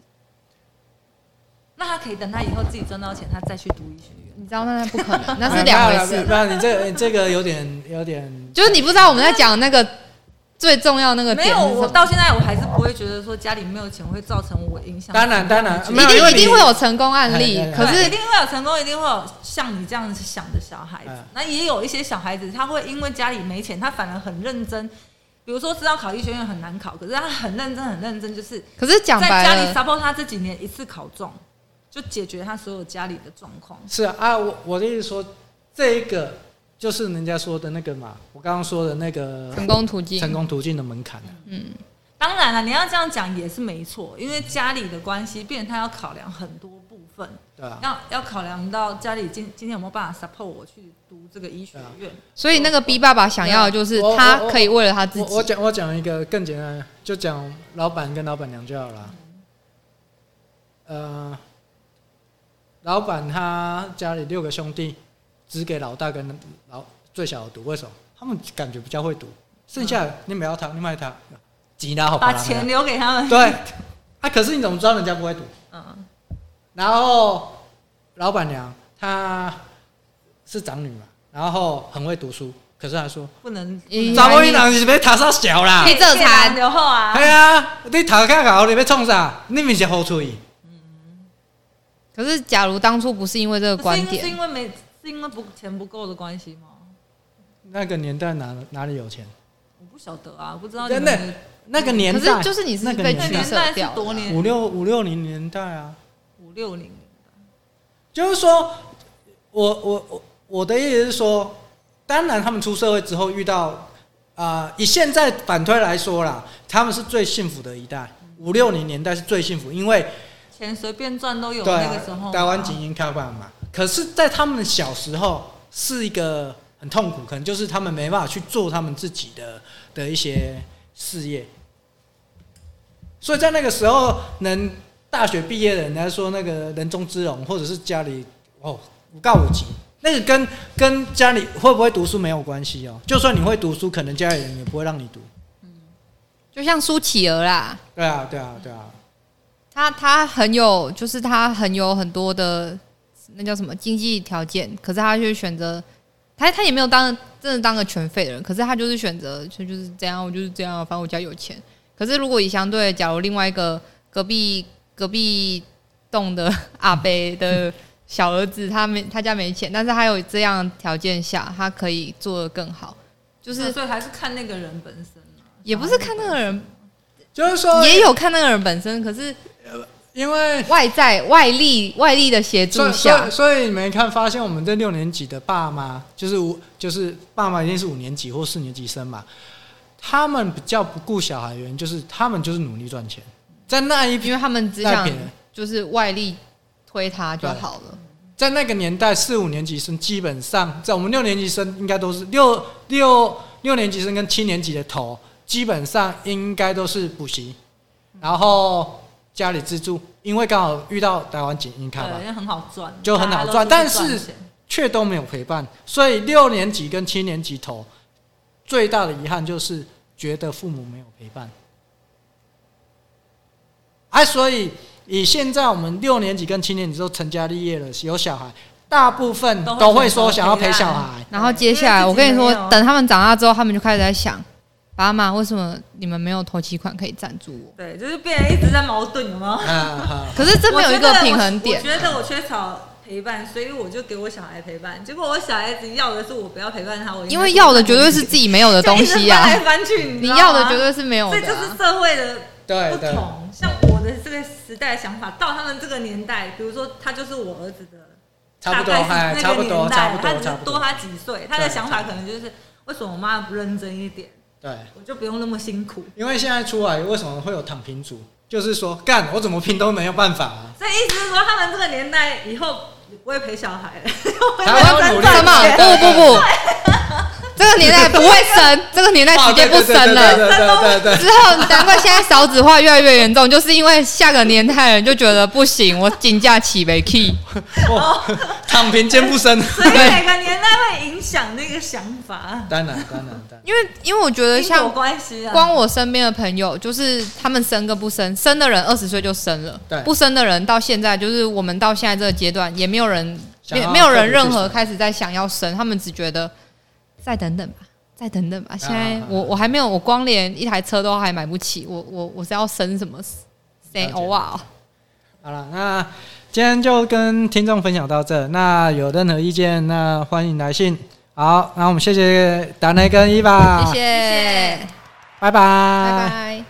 那他可以等他以后自己赚到钱，他再去读医学院。你知道那那不可能，哎， 那是两回没有事。没有没有你这个你这个有点有点，就是你不知道我们在讲那个最重要那个没点有，是我什么。到现在我还是不会觉得说家里没有钱会造成我影响。当然当然，没一有因定为一你定会有成功案例哎哎哎，可对一是定会有成功，一定会有像你这样子想的小孩子嗯。那、也有一些小孩子，他会因为家里没钱，他反而很认真。比如说知道考医学院很难考，可是他很认真，很认真，就是可是讲在白家里了， support 他这几年一次考中，就解决他所有家里的状况。是啊啊，我我的意思说，这一个就是人家说的那个嘛，我刚刚说的那个成功途径成功途径的门槛啊、当然了，你要这样讲也是没错，因为家里的关系，变成他要考量很多部分，对嗯吧、要要考量到家里今今天有没有办法 support 我去读这个医学院。所以那个 B 爸爸想要的就是我我他我可以为了他自我我己，讲我讲一个更简单的，就讲老板跟老板娘就好了。呃，老板他家里六个兄弟，只给老大跟老最小的赌，为什么？他们感觉比较会赌，剩下的你不要他，你买他，急拿好把吧啦钱留给他们，对啊，可是你怎么知道人家不会赌？嗯，然后老板娘她是长女嘛，然后很会读书，可是她说不能嗯查某囡人是要读啥小啦？你这才留后啊系。啊，你头壳搞你要创啥？你咪是好处伊。可是假如当初不是因为这个可是观因为是点，因为没是因为不钱不够的关系吗？那个年代哪哪里有钱？我不晓得啊，不知道你真们的的那个年可代是就是你是那个被那年取代年舍代是掉了多年五六五六零年代啊，五六零，就是说，我我我我的意思是说，当然他们出社会之后遇到啊、以现在反推来说啦，他们是最幸福的一代。五六零年代是最幸福，因为钱随便赚都有对啊、那个时候。台湾精英开放嘛。可是，在他们小时候是一个很痛苦，可能就是他们没办法去做他们自己的的一些事业。所以在那个时候，能大学毕业的人家说那个人中之龙，或者是家里哦五告五级，那个跟跟家里会不会读书没有关系哦。就算你会读书，可能家里人也不会让你读。就像舒淇儿啦，对啊，对啊，对啊，他他很有，就是他很有很多的那叫什么经济条件，可是他却选择他他也没有当真的当个全废的人，可是他就是选择就就是这样，我就是这样，反正我家有钱。可是如果以相对，假如另外一个隔壁隔壁栋的阿伯的小儿子，他没他家没钱，但是他有这样条件下，他可以做得更好，就就是是所以还是看那个人本身啊也不是看那个人，就是说也有看那个人本身，可是因为外在外力外力的协所助以，下所以，，所以你们看，发现我们这六年级的爸妈，就是五，就是爸妈一定是五年级或四年级生嘛，他们比较不顾小孩原因，就是他们就是努力赚钱，在那一因为他们只那想边就是外力推他就好了。在那个年代，四五年级生基本上，在我们六年级生应该都是六六六年级生跟七年级的头，基本上应该都是补习，然后家里自助，因为刚好遇到台湾精英卡吧对，，因为很好赚，就很好赚大家都出去但是赚钱却都没有陪伴，所以六年级跟七年级头最大的遗憾就是觉得父母没有陪伴。哎、所以以现在我们六年级跟七年级都成家立业了，有小孩，大部分都会都会说说想要陪陪小伴孩，然后接下因来，为我自己跟你说没，有等他们长大之后，他们就开始在想，爸妈为什么你们没有头期款可以赞助我？对，就是变得一直在矛盾，有吗？嗯，好可是这没有一个平衡我点。觉得我缺少陪伴，所以我就给我小孩陪伴。结果我小孩子要的是我不要陪伴他，我因为要的绝对是自己没有的东西呀、 就一直翻来翻去，你你知道吗要的绝对是没有的啊这啊、就是社会的对不对同。像我的这个时代的想法，到他们这个年代，比如说他就是我儿子的，差不多，大概哎，是差那不个多，年差代，不他多，只差是不多多，他几岁，他的对想法可能就是为什么我妈不认真一点，对。我就不用那么辛苦。因为现在出来为什么会有躺平族，就是说干我怎么拼都没有办法、啊，所以意思是说，他们这个年代以后也不会陪小孩了， 台我湾要啊努力什么？不不不，这个年代不会生，这个年代直哦接对不生了。对对对对对，之后难怪现在少子化越来越严重，就是因为下个年代人就觉得不行，我竞价起为 key。对哇，哦躺平兼不生，所以每个年代会影响那个想法，当然当然当然，因为因为我觉得因果像关系啊。光我身边的朋友，就是他们生跟不生，生的人二十岁就生了对，不生的人到现在就是我们到现在这个阶段，也没有人想没要没有人任特别去何生开始在想要生，他们只觉得再等等吧，再等等吧。现在啊我我还没有，我光连一台车都还买不起，我我我是要生什么谁了解偶尔好了，那今天就跟听众分享到这，那有任何意见那欢迎来信，好，那我们谢谢达内跟伊娃，谢谢，拜拜，拜拜拜。